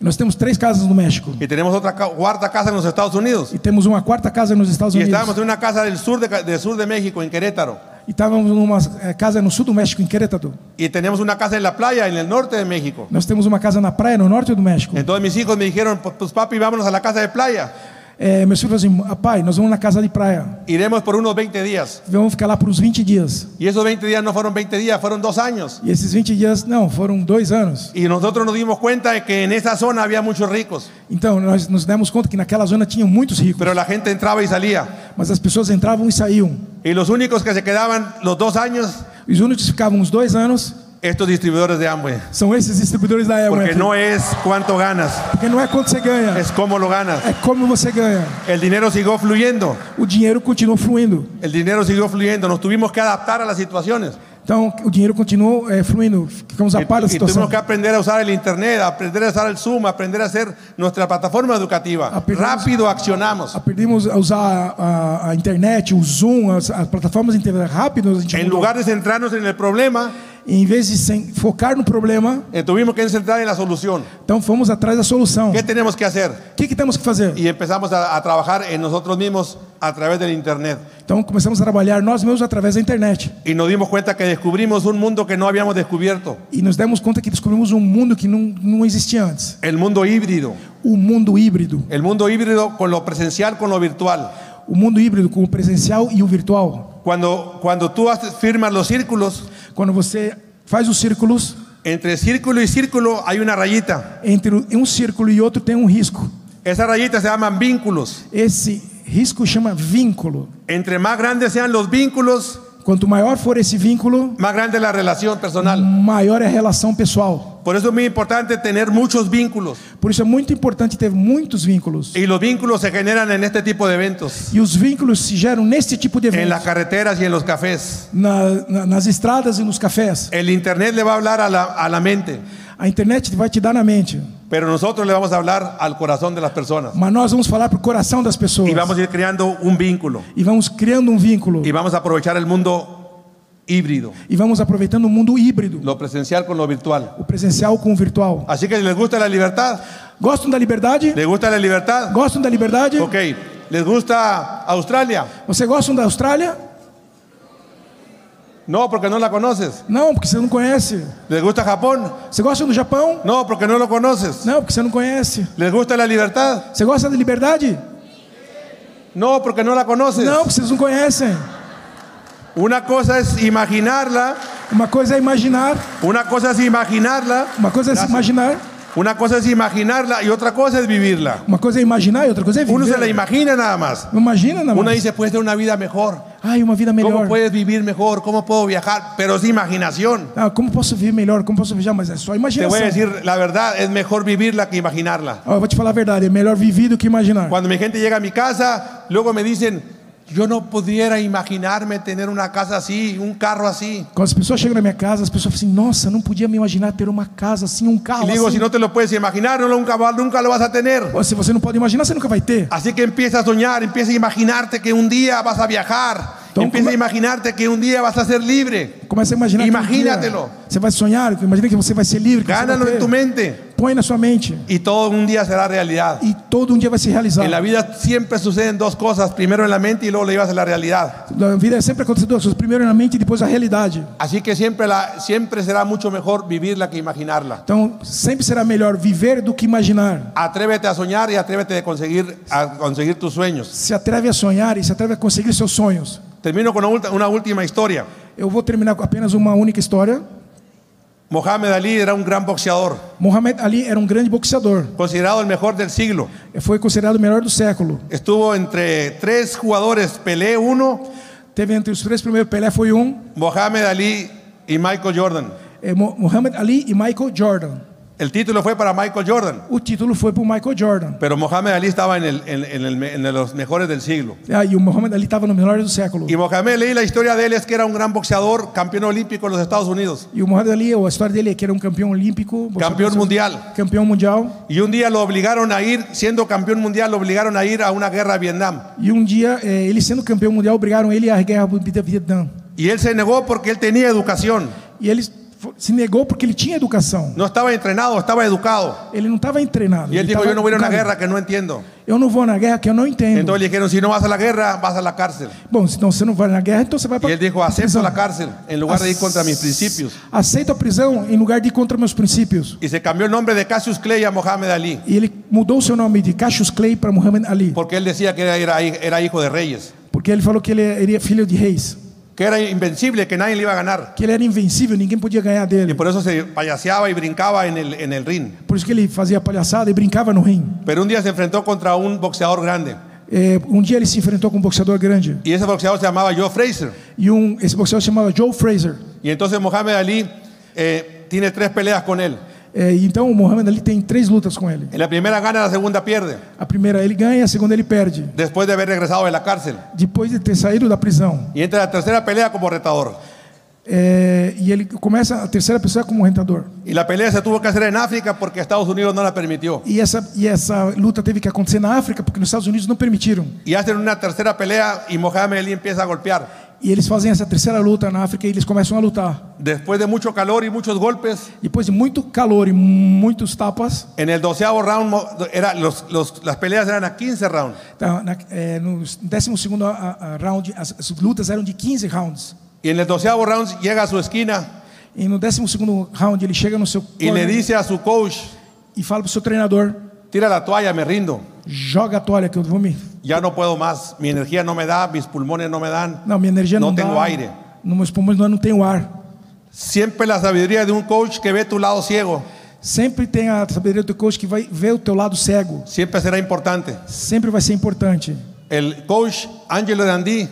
D: Nós temos três casas no México
C: y tenemos otra ca- cuarta casa en los Estados Unidos.
D: e temos uma quarta casa nos Estados
C: Y
D: Unidos.
C: estábamos en una casa del sur de, del sur de México, en Querétaro.
D: E estávamos numa eh, casa no sul do México, em Querétaro.
C: y tenemos una casa en la playa en el norte de México.
D: Nós temos uma casa na praia, no norte do México.
C: Entonces mis hijos me dijeron, "Pu- pues papi, vámonos a la casa de playa.
D: É, meus filhos falaram assim: "Ah, pai, nós vamos na casa de praia.
C: Iremos por unos 20 días.
D: Vamos ficar lá por uns 20 dias.
C: Y esos 20 días no fueron 20 días, fueron dos años.
D: E esses 20 dias, não, foram dois anos.
C: Y nosotros nos dimos cuenta de que en esa zona había muchos ricos,
D: Então, nós nos demos conta que naquela zona tinham muitos ricos,
C: pero la gente entraba y salía.
D: mas as pessoas entravam e saíam.
C: Y los únicos que se quedaban los dos años,
D: Os únicos que ficavam uns dois anos
C: estos distribuidores de Amway.
D: são esses distribuidores da Elway.
C: Porque é- no es cuánto ganas,
D: Porque não é quanto você ganha,
C: es cómo lo ganas.
D: é como você ganha.
C: El dinero siguió fluyendo,
D: O dinheiro continua fluindo.
C: el dinero siguió fluyendo. Nos tuvimos que adaptar a las situaciones.
D: Então, o dinheiro continuou eh, fluindo. Ficamos a par da
C: Y, y
D: situação.
C: tuvimos que aprender a usar el Internet, aprender a usar el Zoom, aprender a hacer nuestra plataforma educativa.
D: Aprendimos-
C: Rápido accionamos.
D: Aprendemos a usar a, a- a internet, o Zoom, as, as plataformas internet rápidas. A gente
C: En
D: mudou.
C: lugar de centrarnos en el problema,
D: Em vez de sem- focar no problema,
C: eh, tuvimos que centrar en la solución.
D: então fomos atrás da solução.
C: ¿Qué tenemos que hacer?
D: O que, que temos que fazer?
C: Y empezamos a, a trabajar en nosotros mismos a través del Internet.
D: Então, começamos a trabalhar nós mesmos através da internet.
C: Y nos dimos cuenta que descubrimos un mundo que no habíamos descubierto,
D: E nos demos conta que descobrimos um mundo que não, não existia antes.
C: el mundo híbrido.
D: O mundo híbrido.
C: El mundo híbrido con lo presencial, con lo virtual.
D: O mundo híbrido com o presencial e o virtual.
C: Cuando, cuando tú haces- firmas los círculos,
D: Quando você faz os círculos,
C: entre círculo y círculo hay una rayita.
D: entre um círculo e outro tem um risco.
C: Esas rayitas se llaman vínculos.
D: Esse risco chama vínculo.
C: Entre más grandes sean los vínculos,
D: Quanto maior for esse vínculo,
C: más grande es la relación personal.
D: maior é a relação pessoal.
C: Por eso es muy importante tener muchos vínculos.
D: Por isso é muito importante ter muitos vínculos.
C: Y los vínculos se generan en este tipo de eventos,
D: E os vínculos se geram nesse tipo de
C: en las
D: evento,
C: carreteras y en los cafés.
D: na, na, nas estradas e nos cafés.
C: El Internet le va a hablar a la, a la mente,
D: A internet vai te dar na mente,
C: pero nosotros le vamos a hablar al corazón de las personas.
D: mas nós vamos falar pro coração das pessoas
C: Y vamos a ir creando un vínculo.
D: e vamos criando um vínculo
C: Y vamos a aprovechar el mundo híbrido,
D: e vamos aproveitando o mundo híbrido,
C: lo presencial con lo virtual.
D: o presencial com o virtual.
C: Así que les gusta la libertad,
D: Gostam da liberdade?
C: les gusta la libertad.
D: Gostam da liberdade?
C: Ok, les gusta Australia.
D: Você gostam da Austrália?
C: No, porque no la conoces.
D: Não, porque você não conhece.
C: ¿Les gusta Japón?
D: Você gosta do Japão?
C: No, porque no lo conoces.
D: Não, porque você não conhece.
C: ¿Les gusta la libertad?
D: Você gosta da liberdade?
C: No, porque no la conoces.
D: Não, porque vocês não conhecem.
C: Una cosa es imaginarla,
D: Uma coisa é imaginar,
C: una cosa es imaginarla,
D: uma coisa é se imaginar,
C: una cosa es imaginarla y otra cosa es vivirla.
D: uma coisa é imaginar e outra coisa é
C: Uno se la
D: viver.
C: imagina nada más.
D: Não imagina, não.
C: Uno dice, puedes tener una vida mejor.
D: Ai, uma vida melhor.
C: ¿Cómo puedes vivir mejor? ¿Cómo puedo viajar? Pero es imaginación.
D: Ah, como posso viver melhor? Como posso viajar? Mas é só
C: Te voy
D: imaginação.
C: a decir la verdad, es mejor vivirla que imaginarla.
D: Ah, eu vou te falar a verdade, é melhor viver do que imaginar.
C: Cuando mi gente llega a mi casa, luego me dicen, yo no pudiera imaginarme tener una casa así, un carro así.
D: Quando as pessoas chegam na minha casa, as pessoas falam assim: Nossa, não podia me imaginar ter uma casa assim, um
C: Y
D: carro
C: le digo,
D: assim.
C: si no te lo puedes imaginar, no lo- nunca, va- nunca lo vas a tener.
D: Pô, Se você não pode imaginar, você nunca vai ter.
C: Así que empieza a soñar, empieza a imaginarte que un día vas a viajar,
D: Tom,
C: empieza a
D: ¿cómo?
C: imaginarte que un día vas a ser libre.
D: Começa a imaginar. que um
C: Imagínatelo.
D: dia Você vai sonhar, imagina que você vai ser livre. que você
C: Gánalo
D: vai
C: en
D: ter.
C: tu mente
D: Põe na sua mente.
C: y todo un día será realidad.
D: E todo um dia vai se realizar.
C: En la vida siempre suceden dos cosas, primero en la mente y luego lo llevas a la realidad.
D: Na vida é sempre acontece duas coisas: primeiro na mente e depois a realidade.
C: Así que siempre, la, siempre será mucho mejor vivirla que imaginarla.
D: Então sempre será melhor viver do que imaginar.
C: Atrévete a soñar y atrévete a conseguir, a conseguir tus sueños.
D: Se atreve a sonhar e se atreve a conseguir seus sonhos.
C: Termino con una, ulti- una última historia.
D: Eu vou terminar com apenas uma única história.
C: Mohamed Ali era un gran boxeador,
D: Mohamed Ali era um grande boxeador.
C: considerado el mejor del siglo.
D: Foi considerado o melhor do século.
C: Estuvo entre tres jugadores, Pelé uno,
D: Teve entre os três primeiros, Pelé foi um,
C: Mohamed Ali y Michael Jordan.
D: eh, Mo- Muhammad Ali e Michael Jordan.
C: El título fue para Michael Jordan,
D: O título foi para o Michael Jordan.
C: pero Mohamed Ali estaba en, el- en- en el- en los mejores del siglo.
D: Ah, e o Muhammad Ali estava no melhor do século.
C: Y Mohamed Ali, la historia de él es que era un gran boxeador, campeón olímpico en los Estados Unidos.
D: E o Muhammad Ali, a história dele é que era um campeão olímpico,
C: Campeão mundial.
D: campeão mundial.
C: Y un día lo obligaron a ir, siendo campeón mundial, lo obligaron a ir a una guerra a Vietnam.
D: E um dia, eh, ele sendo campeão mundial, obrigaram ele à guerra do Vietnã.
C: Y él se negó porque él tenía educación.
D: E ele fo- se negou porque ele tinha educação.
C: No estaba entrenado, estaba educado.
D: Ele não estava entrenado.
C: Y él
D: ele
C: dijo,
D: tava
C: yo no voy a ir a una
D: educado.
C: guerra Então que no entiendo.
D: Eu não vou na guerra que eu não entendo.
C: Entonces le dijeron, si no vas a la guerra, vas a la cárcel.
D: Bom, se não você não vai na guerra, então você vai
C: Y
D: para
C: él dijo, acepto la cárcel en lugar de ir contra mis principios.
D: Aceito a prisão em lugar de ir contra meus princípios.
C: Y se cambió el nombre de Cassius Clay a Mohamed Ali,
D: E ele mudou seu nome de Cassius Clay para Muhammad Ali,
C: porque él decía que era, era, era hijo de reyes,
D: porque ele falou que ele era filho de reis,
C: que era invencible, que nadie le iba a ganar.
D: que ele era invencível, ninguém podia ganhar
C: Y
D: dele.
C: por eso se payaseaba y brincaba en el, en el ring.
D: Por isso que ele fazia palhaçada e brincava no rim.
C: Pero un día se enfrentó contra un boxeador grande.
D: É, um dia ele se enfrentou com um boxeador grande
C: Y ese boxeador se llamaba Joe Fraser.
D: e um esse boxeador se chamava Joe Fraser.
C: Y entonces Mohamed Ali eh, tiene tres peleas con él.
D: É, e então o Muhammad Ali tem três lutas com ele.
C: En la primera gana, en la segunda pierde,
D: A primeira ele ganha, a segunda ele perde.
C: después de haber regresado de la cárcel.
D: Depois de ter saído da prisão,
C: Y entra a la tercera pelea como retador.
D: é, e ele começa a terceira pessoa é como rentador.
C: Y la pelea se tuvo que hacer en África porque Estados Unidos no la permitió.
D: E essa, e essa luta teve que acontecer na África, porque nos Estados Unidos não permitiram.
C: Y hacen una tercera pelea y Mohamed Ali empieza a golpear.
D: E eles fazem essa terceira luta na África e eles começam a lutar.
C: Después de mucho calor y muchos golpes,
D: Depois de muito calor e muitos tapas,
C: en el doceavo round Mo- era, los- los- las peleas eran a 15 rounds.
D: tá, na, é, no 12 round, as, as lutas eram de 15 rounds.
C: Y en el doceavo round llega a su esquina
D: E no 12 round ele chega no seu
C: y le
D: corner
C: dice a su coach,
D: e fala pro seu treinador:
C: tira la toalla, me rindo.
D: joga a toalha que eu vou me.
C: Ya no puedo más, mi energía no me da, mis pulmones no me dan.
D: Não, minha energia não,
C: Não tenho
D: dá,
C: aire.
D: Nos meus pulmões não, não tenho ar.
C: Siempre la sabiduría de un coach que ve tu lado ciego,
D: Sempre tem a sabedoria do teu coach que vai ver o teu lado cego.
C: siempre será importante.
D: Sempre vai ser importante.
C: El coach Angelo Dandí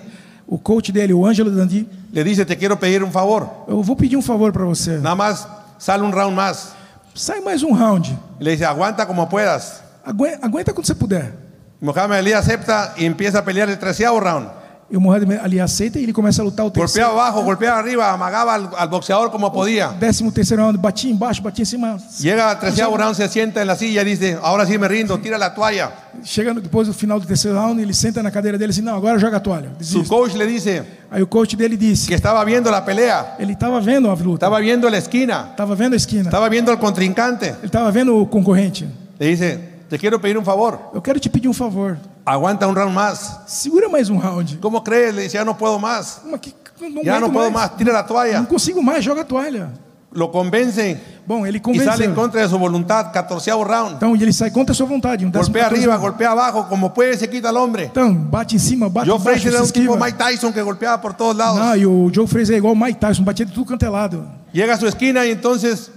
D: O coach dele, o Ângelo Dandi,
C: le dice, te quiero pedir un favor,
D: eu vou pedir um favor para você.
C: nada más sale un round más.
D: Sai mais um round.
C: Le dice, aguanta como puedas.
D: Aguen- Aguenta quando você puder.
C: Mohamed Ali acepta y empieza a pelear el treceavo round.
D: E o Mohamed Ali aceita e ele começa a lutar o terceiro.
C: Golpeaba abajo, golpeaba arriba, amagaba al, al boxeador como podía.
D: Décimo terceiro round, batia embaixo, batia em cima.
C: Llega al treceavo round, se sienta en la silla y dice, ahora sí me rindo, tira la toalla.
D: Chega no- depois do final do terceiro round, ele senta na cadeira dele assim, não, agora joga a toalha.
C: Su
D: Desisto.
C: coach le dice
D: Aí o coach dele
C: que
D: disse,
C: estaba viendo la pelea,
D: ele estava vendo a luta,
C: estaba viendo la esquina,
D: estava vendo a esquina,
C: estaba viendo al contrincante.
D: ele estava vendo o concorrente.
C: Le dice, te quiero pedir un favor,
D: Eu quero te pedir um favor,
C: aguanta un round más.
D: segura mais um round.
C: ¿Cómo crees? Le dice, ya no puedo más,
D: Mas que- não,
C: ya no
D: aguento
C: puedo
D: mais.
C: más, tira la
D: não
C: toalla.
D: consigo mais, joga a toalha.
C: Lo convence
D: Bom, ele
C: y sale en
D: convenceu.
C: contra de su voluntad, catorceavo round.
D: Então, e ele sai contra a sua vontade. Um décimo
C: Golpea
D: catorze
C: arriba,
D: round.
C: golpea abajo, como puede se quita al hombre.
D: Então, bate em cima, bate
C: Joe
D: embaixo,
C: Frazier
D: se
C: era un tipo
D: esquiva.
C: Mike Tyson que golpeaba por todos lados.
D: Ah, e o Joe Fraser é igual o Mike Tyson, batia de tudo canto é lado.
C: Llega a su esquina y entonces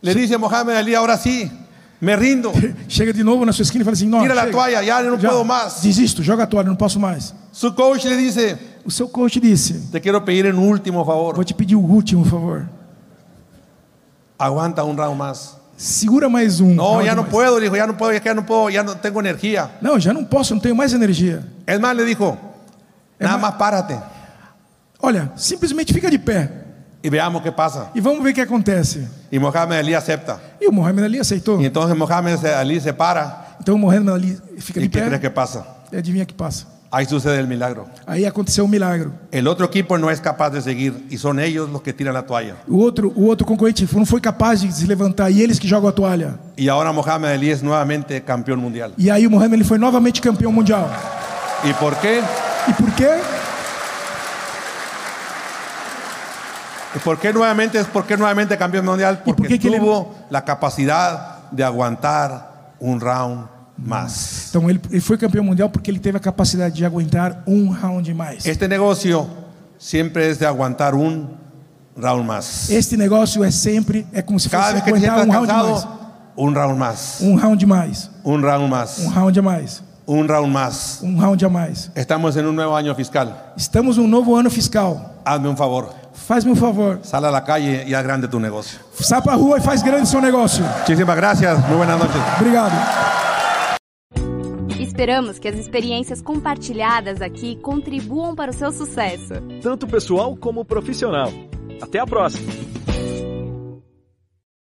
C: le dice a Mohamed Ali, ahora sí, me rindo.
D: Chega de novo na sua esquina e fala assim: não,
C: Tira la
D: chega.
C: toalla, ya no
D: Já,
C: puedo más.
D: Desisto, joga a toalha, não posso mais.
C: Su coach le dice,
D: O seu coach disse:
C: te quiero pedir un último favor,
D: Vou te pedir o último favor.
C: aguanta un round más.
D: Segura mais um.
C: No,
D: round
C: ya no
D: mais.
C: puedo, le dijo, ya no puedo, ya no puedo, ya no tengo energía.
D: Não, já não posso, não tenho mais energia.
C: Es más, le dijo, nada más párate
D: Olha, simplesmente fica de pé
C: y veamos qué pasa.
D: e vamos ver o que acontece.
C: Y Mohamed Ali acepta.
D: E o Mohamed Ali aceitou.
C: Y entonces Mohamed Ali se para
D: Então o Mohamed Ali fica
C: y
D: de
C: ¿qué crees
D: pé
C: que pasa?
D: e adivinha que passa.
C: Ahí sucede el milagro.
D: Aí aconteceu um milagre.
C: El otro equipo no es capaz de seguir y son ellos los que tiran la toalla.
D: O outro, o outro concorrente não foi capaz de se levantar e eles que jogam a toalha.
C: Y ahora Mohamed Ali es nuevamente campeón mundial.
D: E aí o Mohamed ele foi novamente campeão mundial.
C: ¿Y por qué?
D: E por quê?
C: ¿Y ¿Por qué nuevamente es por qué nuevamente campeão mundial?
D: por
C: Porque
D: qué que le-
C: tuvo la capacidad de aguantar un round más.
D: Então ele, ele foi campeão mundial porque ele teve a capacidade de aguentar um round mais.
C: Este negocio siempre es de aguantar un round más.
D: Este negócio é sempre é como se fosse
C: Cada vez que te
D: aguentar
C: sientas
D: um round mais.
C: cansado, un round más,
D: Um round mais,
C: un round más,
D: um round a mais,
C: un round más.
D: um round a mais.
C: Estamos en un nuevo año fiscal.
D: Estamos num novo ano fiscal.
C: Hazme un favor,
D: Faz-me um favor.
C: sal a la calle y haz grande tu negocio.
D: Sai pra rua e faz grande seu negócio.
C: Muchísimas gracias, muy buenas noches.
D: Obrigado.
B: Esperamos que as experiências compartilhadas aqui contribuam para o seu sucesso.
A: tanto pessoal como profissional. Até a próxima!